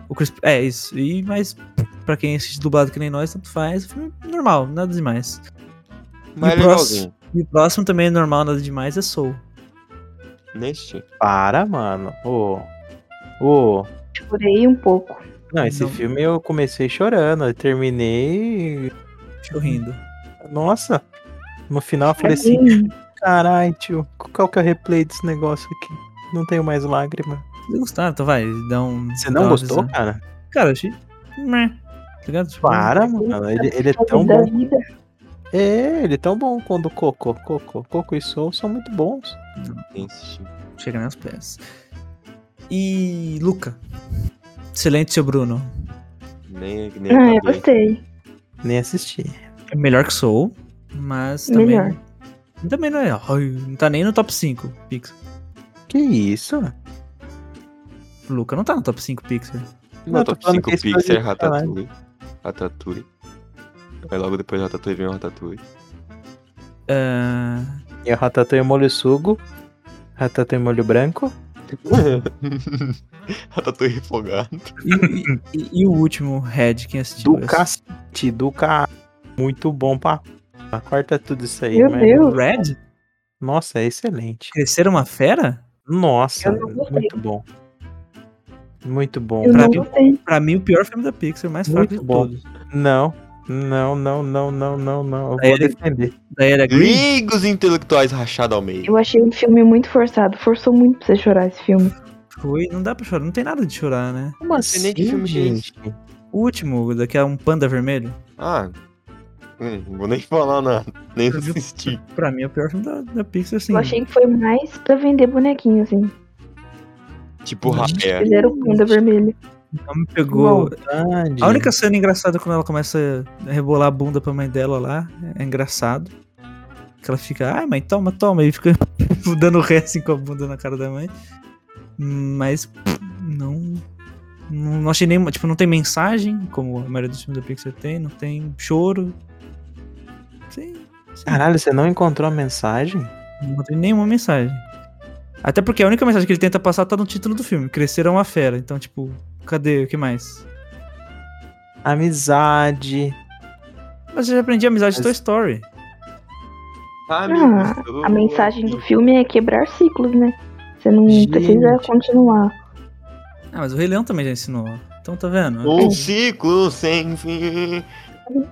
S1: O Chris, é, isso. E, mas, pra quem assiste dublado que nem nós, tanto faz. Filme é normal, nada demais.
S2: Mas é
S1: e o próximo?
S2: legalzinho.
S1: E o próximo também é normal, nada demais, é Soul.
S2: Neste.
S4: Para, mano. Ô. Ô.
S3: Chorei um pouco.
S4: Não, esse
S1: Não.
S4: filme eu comecei chorando, eu terminei.
S1: Chorrindo.
S4: Nossa. No final eu falei assim:
S3: Assim,
S4: carai, tio, qual que é o replay desse negócio aqui? Não tenho mais lágrima.
S1: Vocês gostaram? Então vai, dá um.
S4: Você não
S1: dá uma
S4: gostou,
S1: visão.
S4: cara?
S1: Cara, eu achei. Meh. Tá ligado? Tipo,
S4: Para, mano. Ele, ele é tão
S3: da
S4: bom.
S3: vida.
S4: É, ele é tão bom quando Coco, Coco, Coco e Soul são muito bons.
S2: Neste.
S1: Chega nas peças. E. Luca. Excelente, seu Bruno.
S2: Nem, nem
S3: Ah, eu
S2: acabei.
S3: gostei.
S4: Nem assisti.
S1: É melhor que Soul, mas também.
S3: Melhor.
S1: Também não é. ai, Não tá nem no top 5 Pixar.
S4: Que isso?
S1: Luca não tá no top 5 Pixar.
S2: Não,
S4: eu tô
S2: top
S4: falando
S2: 5
S4: que esse
S2: Pixar,
S4: foi de caralho.
S2: Ratatouille. Ratatouille. Aí logo depois do Ratatouille vem o Ratatouille.
S1: Ah,
S4: E o ratatouille molho sugo, ratatouille molho branco.
S2: Ratatouille refogado.
S1: e, e- e o último, Red, quem assistiu?
S4: Do cacete, do ca... Muito bom pra... Corta tudo isso aí,
S3: Meu
S4: mas-
S1: O
S3: Deus.
S1: Red?
S4: Nossa, é excelente.
S1: Crescer uma fera?
S4: Nossa,
S3: Eu não gostei.
S4: muito bom. Muito bom.
S3: Eu
S1: pra
S3: não
S1: mim-
S3: gostei.
S1: Pra mim, o pior filme da Pixar, mais fraco de
S4: Muito bom.
S1: todos.
S4: Não, não, não, não, não, não, não. Eu
S1: Aí
S4: vou
S1: ele-
S4: defender.
S1: Da Era Green?
S2: Amigos intelectuais rachado ao meio.
S3: Eu achei um filme muito forçado. Forçou muito pra você chorar esse filme.
S1: Foi, Tipo, não dá pra chorar, não tem nada de chorar, né?
S4: Como assim,
S2: sei nem que filme que é esse.
S1: O último, daqui é um panda vermelho.
S2: Ah, hum, não vou nem falar nada. Nem assistir.
S1: Pra mim, é o pior filme da, da Pixar, assim. sim.
S3: Eu achei que foi mais pra vender bonequinho, assim.
S2: Tipo,
S1: Gente,
S2: rapé.
S3: Fizeram o panda vermelho.
S1: Não me pegou.
S4: Maldade.
S1: A única cena engraçada é quando ela começa a rebolar a bunda pra mãe dela lá, é engraçado. Que ela fica, ai mãe, toma, toma, e fica dando ré assim com a bunda na cara da mãe. Mas pff, não. Não não achei nenhuma. Tipo, não tem mensagem, como a maioria dos filmes da Pixar tem, não tem choro. Sim. sim.
S4: Caralho, você não encontrou a mensagem?
S1: Não encontrei nenhuma mensagem. Até porque a única mensagem que ele tenta passar tá no título do filme: Crescer é uma fera. Então, tipo, cadê? O que mais?
S4: Amizade.
S1: Mas eu já aprendi a amizade de
S4: Mas-
S1: Toy Story.
S2: Amigos do-
S3: A mensagem do filme é quebrar ciclos, né? Você não
S4: Gente.
S3: precisa continuar.
S1: Ah, mas o Rei Leão também já ensinou. Então, tá vendo?
S2: Um ciclo sem fim.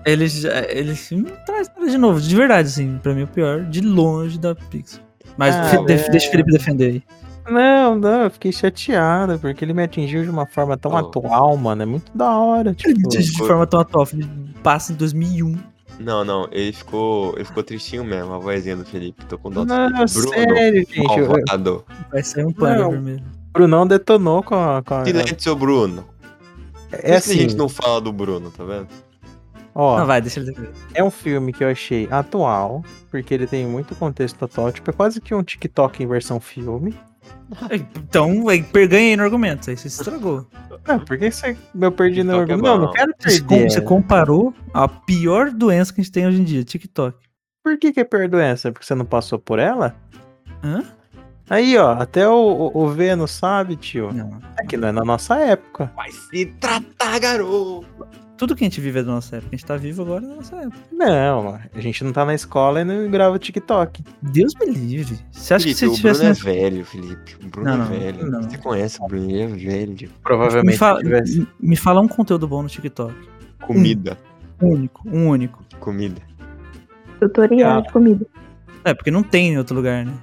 S1: Ele, já, ele não traz nada de novo. De verdade, assim, pra mim o pior, de longe da Pixar. Mas
S4: Ah,
S1: fe- def-
S4: é.
S1: deixa o Felipe defender aí.
S4: Não, não, eu fiquei chateado, porque ele me atingiu de uma forma tão
S2: Oh.
S4: atual, mano. É muito da hora, tipo.
S1: De, de forma tão atual, ele passa em 2001.
S2: Não, não, ele ficou, ele ficou tristinho mesmo, a vozinha do Felipe. Tô com dó do
S4: Não,
S2: Felipe.
S4: sério, gente. eu-
S2: malvado.
S1: Vai sair um panda
S4: Não.
S1: vermelho.
S4: O Brunão detonou com a. com a-
S2: Silêncio, Bruno. Por
S4: Ah, é
S2: isso que a
S4: assim,
S2: gente não fala do Bruno, tá vendo?
S4: ó.
S1: Não, vai, deixa ele defender.
S4: É um filme que eu achei atual, porque ele tem muito contexto atual. Tipo, é quase que um TikTok em versão filme.
S1: Então, aí, per- ganha aí no argumento. Aí você estragou.
S4: Ah, por que você, eu perdi no
S2: TikTok é
S4: argumento? não,
S2: bom.
S4: não quero
S1: Você, com-
S4: perder.
S1: você comparou a pior doença que a gente tem hoje em dia, TikTok.
S4: Por que, que é pior doença? Porque você não passou por ela?
S1: Hã?
S4: Aí, ó, até o, o, o Vênus sabe, tio.
S1: Não.
S4: É que não é na nossa época.
S2: Vai se tratar, garoto.
S1: Tudo que a gente vive é da nossa época. A gente tá vivo agora é da nossa época.
S4: Não, a gente não tá na escola e não grava TikTok.
S1: Deus me livre. Você acha
S2: Felipe,
S1: que se
S2: o
S1: você tivesse
S2: Bruno é
S1: na
S2: velho, Felipe. O Bruno
S1: Não, não,
S2: é velho.
S1: não.
S2: Você conhece o Bruno, ele é
S4: Hum.
S2: velho.
S1: Me
S4: Provavelmente
S1: fala,
S4: tivesse.
S1: me- me fala um conteúdo bom no TikTok.
S2: Comida,
S1: Um único, um único.
S2: comida.
S3: Tutorial
S4: Ah.
S3: de comida.
S1: É, porque não tem em outro lugar, né?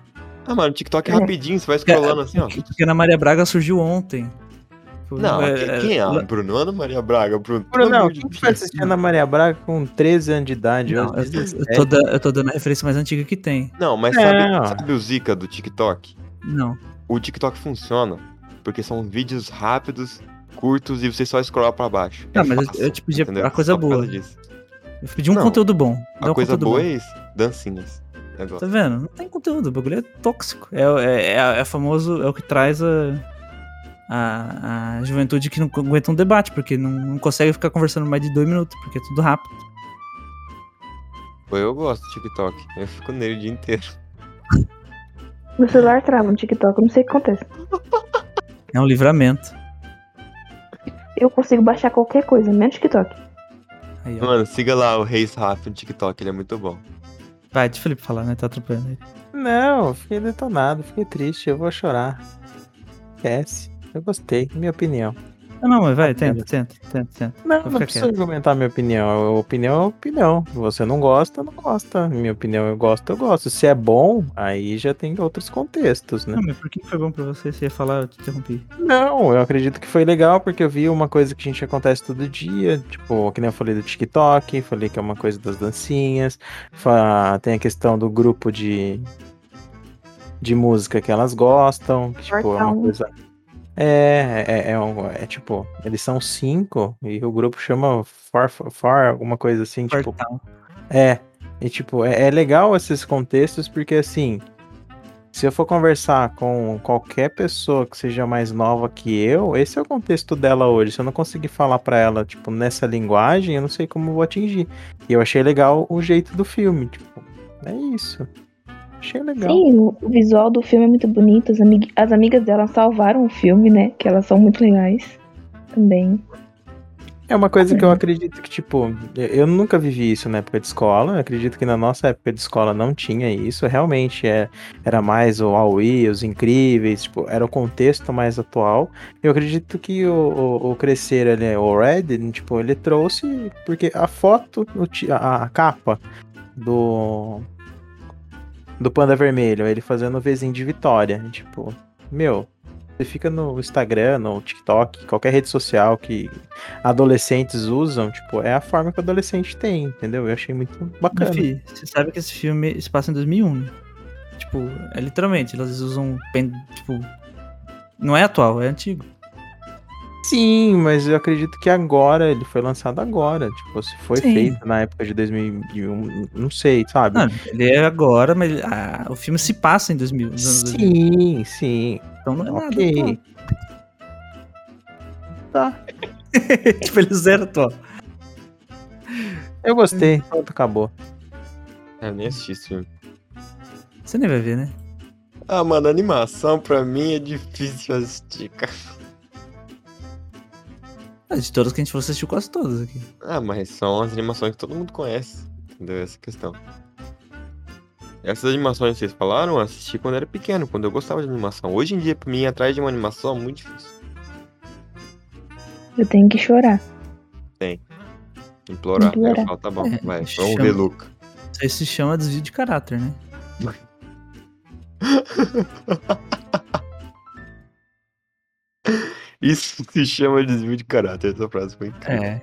S2: Ah, mano, o TikTok é
S3: É.
S2: rapidinho, você vai scrollando assim, ó.
S1: Porque Ana Maria Braga surgiu ontem. Tipo,
S2: Não,
S1: é-
S2: quem- quem é?
S1: ela-
S2: Bruno, Ana Maria Braga, Bruno. pelo
S4: Brunão,
S2: amor de
S4: quem
S2: Deus.
S4: que tá vai assistir Ana Maria Braga com 13 anos de idade?
S1: Não,
S4: hoje?
S1: eu, eu
S2: é.
S1: tô da- eu tô dando a referência mais antiga que tem.
S2: Não, mas
S4: Não.
S2: sabe, sabe o zica do TikTok?
S1: Não.
S2: O TikTok funciona porque são vídeos rápidos, curtos e você só scrolla pra baixo. É
S1: Não, mas eu-
S2: fácil,
S1: eu te pedi
S2: entendeu?
S1: a coisa
S2: Só por causa
S1: boa.
S2: disso.
S1: Eu pedi um
S2: Não,
S1: conteúdo bom.
S2: A
S1: dá um
S2: coisa
S1: conteúdo
S2: boa
S1: bom.
S2: é isso, dancinhas. É Negócio.
S1: Tá vendo? Não tem conteúdo, o bagulho é tóxico. É, é, é, é famoso, é o que traz a, a, a juventude que não aguenta um debate, porque não, não consegue ficar conversando mais de dois minutos, porque é tudo rápido.
S2: Pô, Eu gosto do TikTok, eu fico nele o dia inteiro.
S3: Meu celular trava no TikTok, eu não sei o que acontece.
S1: É um livramento.
S3: Eu consigo baixar qualquer coisa, menos TikTok.
S1: Aí, ó.
S2: Mano, siga lá o Reis Rafa no TikTok, ele é muito bom.
S1: Vai, deixa o Felipe falar, né? Tá atrapalhando ele.
S4: Não, eu fiquei detonado, fiquei triste, eu vou chorar. Esquece. Eu gostei, minha opinião.
S1: Não, não, mas vai, tenta, tenta, tenta, tenta.
S4: Não,
S1: Vou
S4: não
S1: ficar
S4: preciso
S1: quieto.
S4: argumentar minha opinião. A opinião é opinião. Você não gosta, não gosta. Minha opinião eu gosto, eu gosto. Se é bom, aí já tem outros contextos, né? Tipo,
S1: Não, mas por que foi bom pra você? Você ia falar, eu te interrompi.
S4: Não, eu acredito que foi legal, porque eu vi uma coisa que a gente acontece todo dia, tipo, que nem eu falei do TikTok, falei que é uma coisa das dancinhas, fa- tem a questão do grupo de, de música que elas gostam, que, tipo, é uma
S3: Portão.
S4: coisa... É, é, é, um- é tipo, eles são cinco e o grupo chama Far, far alguma coisa assim, tipo,
S1: Portal.
S4: é, e tipo, é, é legal esses contextos porque assim, Se eu for conversar com qualquer pessoa que seja mais nova que eu, esse é o contexto dela hoje. Se eu não conseguir falar pra ela, tipo, nessa linguagem, eu não sei como eu vou atingir. E eu achei legal o jeito do filme, tipo, é isso. Achei legal.
S3: Sim, o o visual do filme é muito bonito. As, amig- as amigas dela salvaram o filme, né? Que elas são muito legais também.
S4: É uma coisa que eu
S3: É.
S4: acredito que, tipo, eu- eu nunca vivi isso na época de escola. Eu acredito que na nossa época de escola não tinha isso. Realmente é, era mais o Aui, os incríveis, tipo, era o contexto mais atual. Eu acredito que o, o, o crescer ali, o Red, tipo, ele trouxe. Porque a foto, o ti- a, a capa do. Do Panda Vermelho, ele fazendo o Vzinho de Vitória. Tipo, meu, você fica no Instagram, no TikTok, qualquer rede social que, adolescentes usam, tipo, é a forma que o adolescente tem, entendeu? Eu achei muito bacana.
S1: Fi, você sabe que esse filme se passa em 2001, né? Tipo, é literalmente, elas usam, pen- tipo, não é atual, é antigo.
S4: Sim, mas eu acredito que agora, ele foi lançado agora, tipo, se foi
S1: Sim.
S4: feito na época de 2001, não sei, sabe?
S1: Não, ele é agora, mas ele- ah, o filme se passa em 2000, nos anos 2000,
S4: sim, sim,
S1: então não é
S4: ok.
S1: nada atual.
S4: Tá,
S1: tipo, ele zero atual.
S4: eu gostei,
S1: Uhum.
S4: pronto, acabou.
S2: Eu nem assisti esse filme.
S1: Você nem vai ver, né?
S2: Ah, mano, animação pra mim é difícil assistir, cara.
S1: Ah, De todas que a gente falou, você assistiu quase todas aqui.
S2: Ah, mas são as animações que todo mundo conhece. Entendeu? Essa é a questão. Essas animações que vocês falaram, eu assisti quando era pequeno, quando eu gostava de animação. Hoje em dia, pra mim, ir atrás de uma animação é muito difícil.
S3: Eu tenho que chorar.
S2: Implorar. Aí eu
S3: Implorar.
S2: falo, tá bom,
S1: É,
S2: vai, vamos
S1: chama.
S2: ver Luca.
S1: Isso aí se chama desvio de caráter, né?
S2: Isso se chama desvio de caráter. Essa frase foi incrível.
S1: É.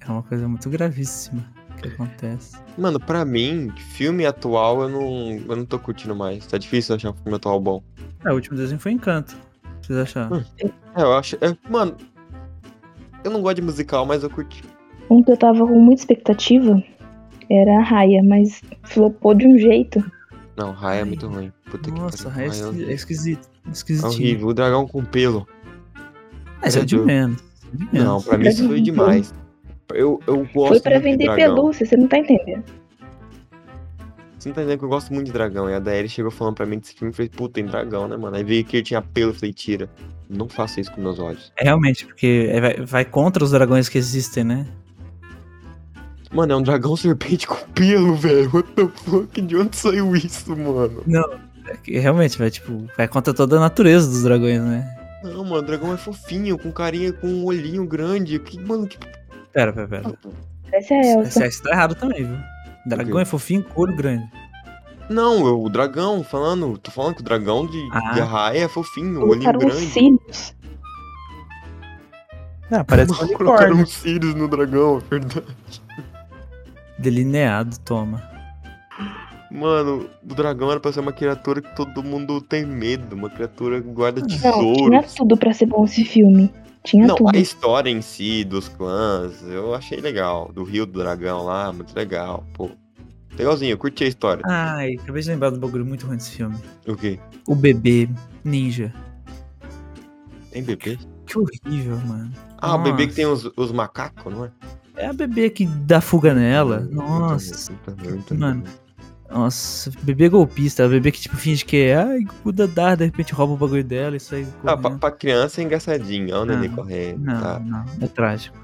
S1: É uma coisa muito gravíssima que acontece.
S2: Mano, pra mim, filme atual eu não, eu não tô curtindo mais. Tá difícil achar um filme atual bom.
S1: É, o último desenho foi Encanto. O que Vocês
S4: Hum.
S1: acharam?
S2: É, eu acho. é, mano, eu não gosto de musical, mas eu curti.
S3: Um que eu tava com muita expectativa era a Raya, mas flopou de um jeito.
S2: Não, Raya é muito ruim. Puta
S1: Nossa,
S2: que
S1: é,
S2: pariu.
S1: esqui-
S2: Raya
S1: é esquisito.
S2: é
S1: Esquisitinho.
S2: horrível. O dragão com pelo.
S1: Mas é de
S2: Horrível.
S1: menos. é de menos.
S2: Não, pra mim isso foi demais. Eu, eu gosto
S3: Foi pra
S2: muito de
S3: vender
S2: dragão.
S3: pelúcia, você não tá entendendo.
S2: Você não tá entendendo que eu gosto muito de dragão. E a Daery chegou falando pra mim desse filme e falei, puta, tem dragão, né, mano? Aí veio que ele tinha pelo e falei, tira. Não faça isso com meus olhos.
S1: É realmente, porque é- vai, vai contra os dragões que existem, né?
S2: Mano, é um dragão serpente com pelo, velho. What the fuck? De onde saiu isso, mano?
S1: É que realmente, vai, tipo, vai contra toda a natureza dos dragões, né?
S2: Não, mano, o dragão é fofinho, com carinha, com um olhinho grande. Que, mano, que.
S1: Pera, pera, pera.
S3: Parece é a
S1: Esse
S2: é
S3: Elsa.
S1: esse tá errado também, viu? Dragão
S2: quê?
S1: é fofinho, couro grande.
S2: Não, eu- o dragão, falando. Tô falando que o dragão de,
S1: Ah.
S2: de arraia é fofinho, um olhinho
S3: Colocaram os
S2: grande.
S3: cílios.
S4: Não, parece um
S2: Mano, Colocaram
S4: unicórnio.
S2: um Sirius no dragão, é verdade.
S1: Delineado, toma.
S2: Mano, o dragão era pra ser uma criatura que todo mundo tem medo, uma criatura que guarda
S3: Não, tinha
S2: tesouros.
S3: tudo pra ser bom esse filme. Tinha
S2: Não,
S3: tudo.
S2: a história em si dos clãs, eu achei legal. Do Rio do Dragão lá, muito legal, pô. Legalzinho, eu curti a história.
S1: Ai, acabei de lembrar do bagulho muito ruim desse filme.
S2: O quê?
S1: O bebê ninja.
S2: Tem bebê?
S1: Que horrível, mano.
S2: Ah, o bebê que
S1: Nossa.
S2: tem os, os macacos, não é?
S1: É a bebê que dá fuga nela.
S2: Hum,
S1: Nossa.
S2: muito bom, muito bom.
S1: Mano. Nossa, bebê é golpista, o bebê que tipo finge que é, ai, o Dadar, de repente rouba o bagulho dela e sai
S2: Ah, pra,
S1: correndo.
S2: pra criança é engraçadinho, é o neném
S1: né? Não,
S2: correndo.
S1: Não,
S2: tá?
S1: não, é trágico.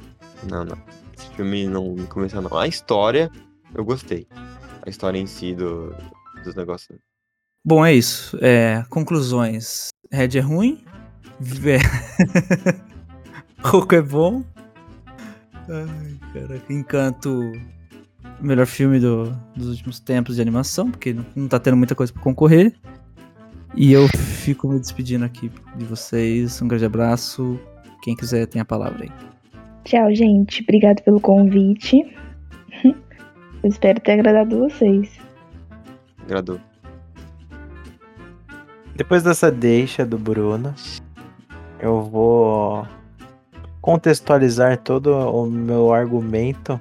S2: Não, não. Esse filme não me convenceu, não. A história, eu gostei. A história em si do, dos negócios.
S1: Bom, é isso. É, conclusões. Red é ruim. Vé- Coco é bom. Ai, caraca. Encanto, o melhor filme do- dos últimos tempos de animação, porque não, não tá tendo muita coisa pra concorrer. E eu fico me despedindo aqui de vocês. Um grande abraço. Quem quiser tem a palavra aí.
S3: Tchau, gente. Obrigado pelo convite. Eu espero ter agradado vocês.
S2: Agradou.
S4: Depois dessa deixa do Bruno, eu vou contextualizar todo o meu argumento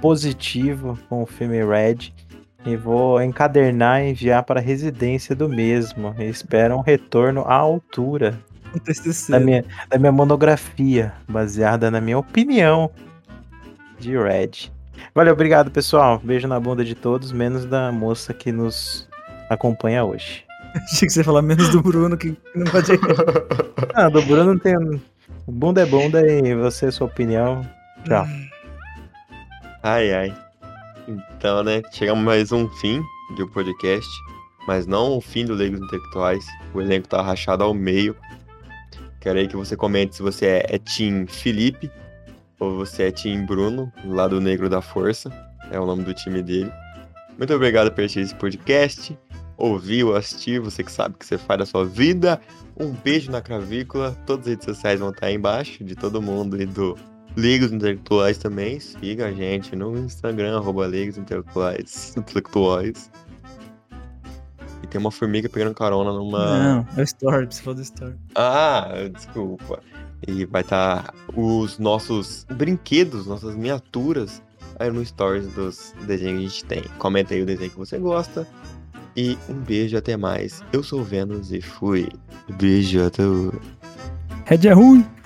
S4: positivo com o filme Red E vou encadernar e enviar para a residência do mesmo. E espero um retorno à altura
S1: Um TCC.
S4: da minha, da minha monografia, baseada na minha opinião de Red. Valeu, obrigado, pessoal. Beijo na bunda de todos, menos da moça que nos acompanha hoje.
S1: Achei que você ia falar menos do Bruno, que não pode.
S4: Ah, do Bruno não tem. Bunda é bunda e você, sua opinião. Tchau.
S2: Ai, ai. Então, né, chegamos a mais um fim de um podcast, mas não o fim do Leigos Intelectuais. O elenco tá rachado ao meio. Quero aí que você comente se você é, é Team Felipe ou você é Team Bruno, do lado negro da força. É o nome do time dele. Muito obrigado por assistir esse podcast. Ouviu, assistiu, você que sabe o que você faz da sua vida. Um beijo na cravícula. Todas as redes sociais vão estar aí embaixo de todo mundo e do Ligos Intelectuais também. Siga a gente no Instagram, arroba Ligos Intelectuais. Intelectuais. E tem uma formiga pegando carona numa.
S1: Não, é o Storm, você falou do Storm.
S2: Ah, desculpa. E vai estar os nossos brinquedos, nossas miniaturas aí no stories dos desenhos que a gente tem. Comenta aí o desenho que você gosta. E um beijo até mais. Eu sou o Vênus e fui. Beijo até o.
S1: Red é ruim!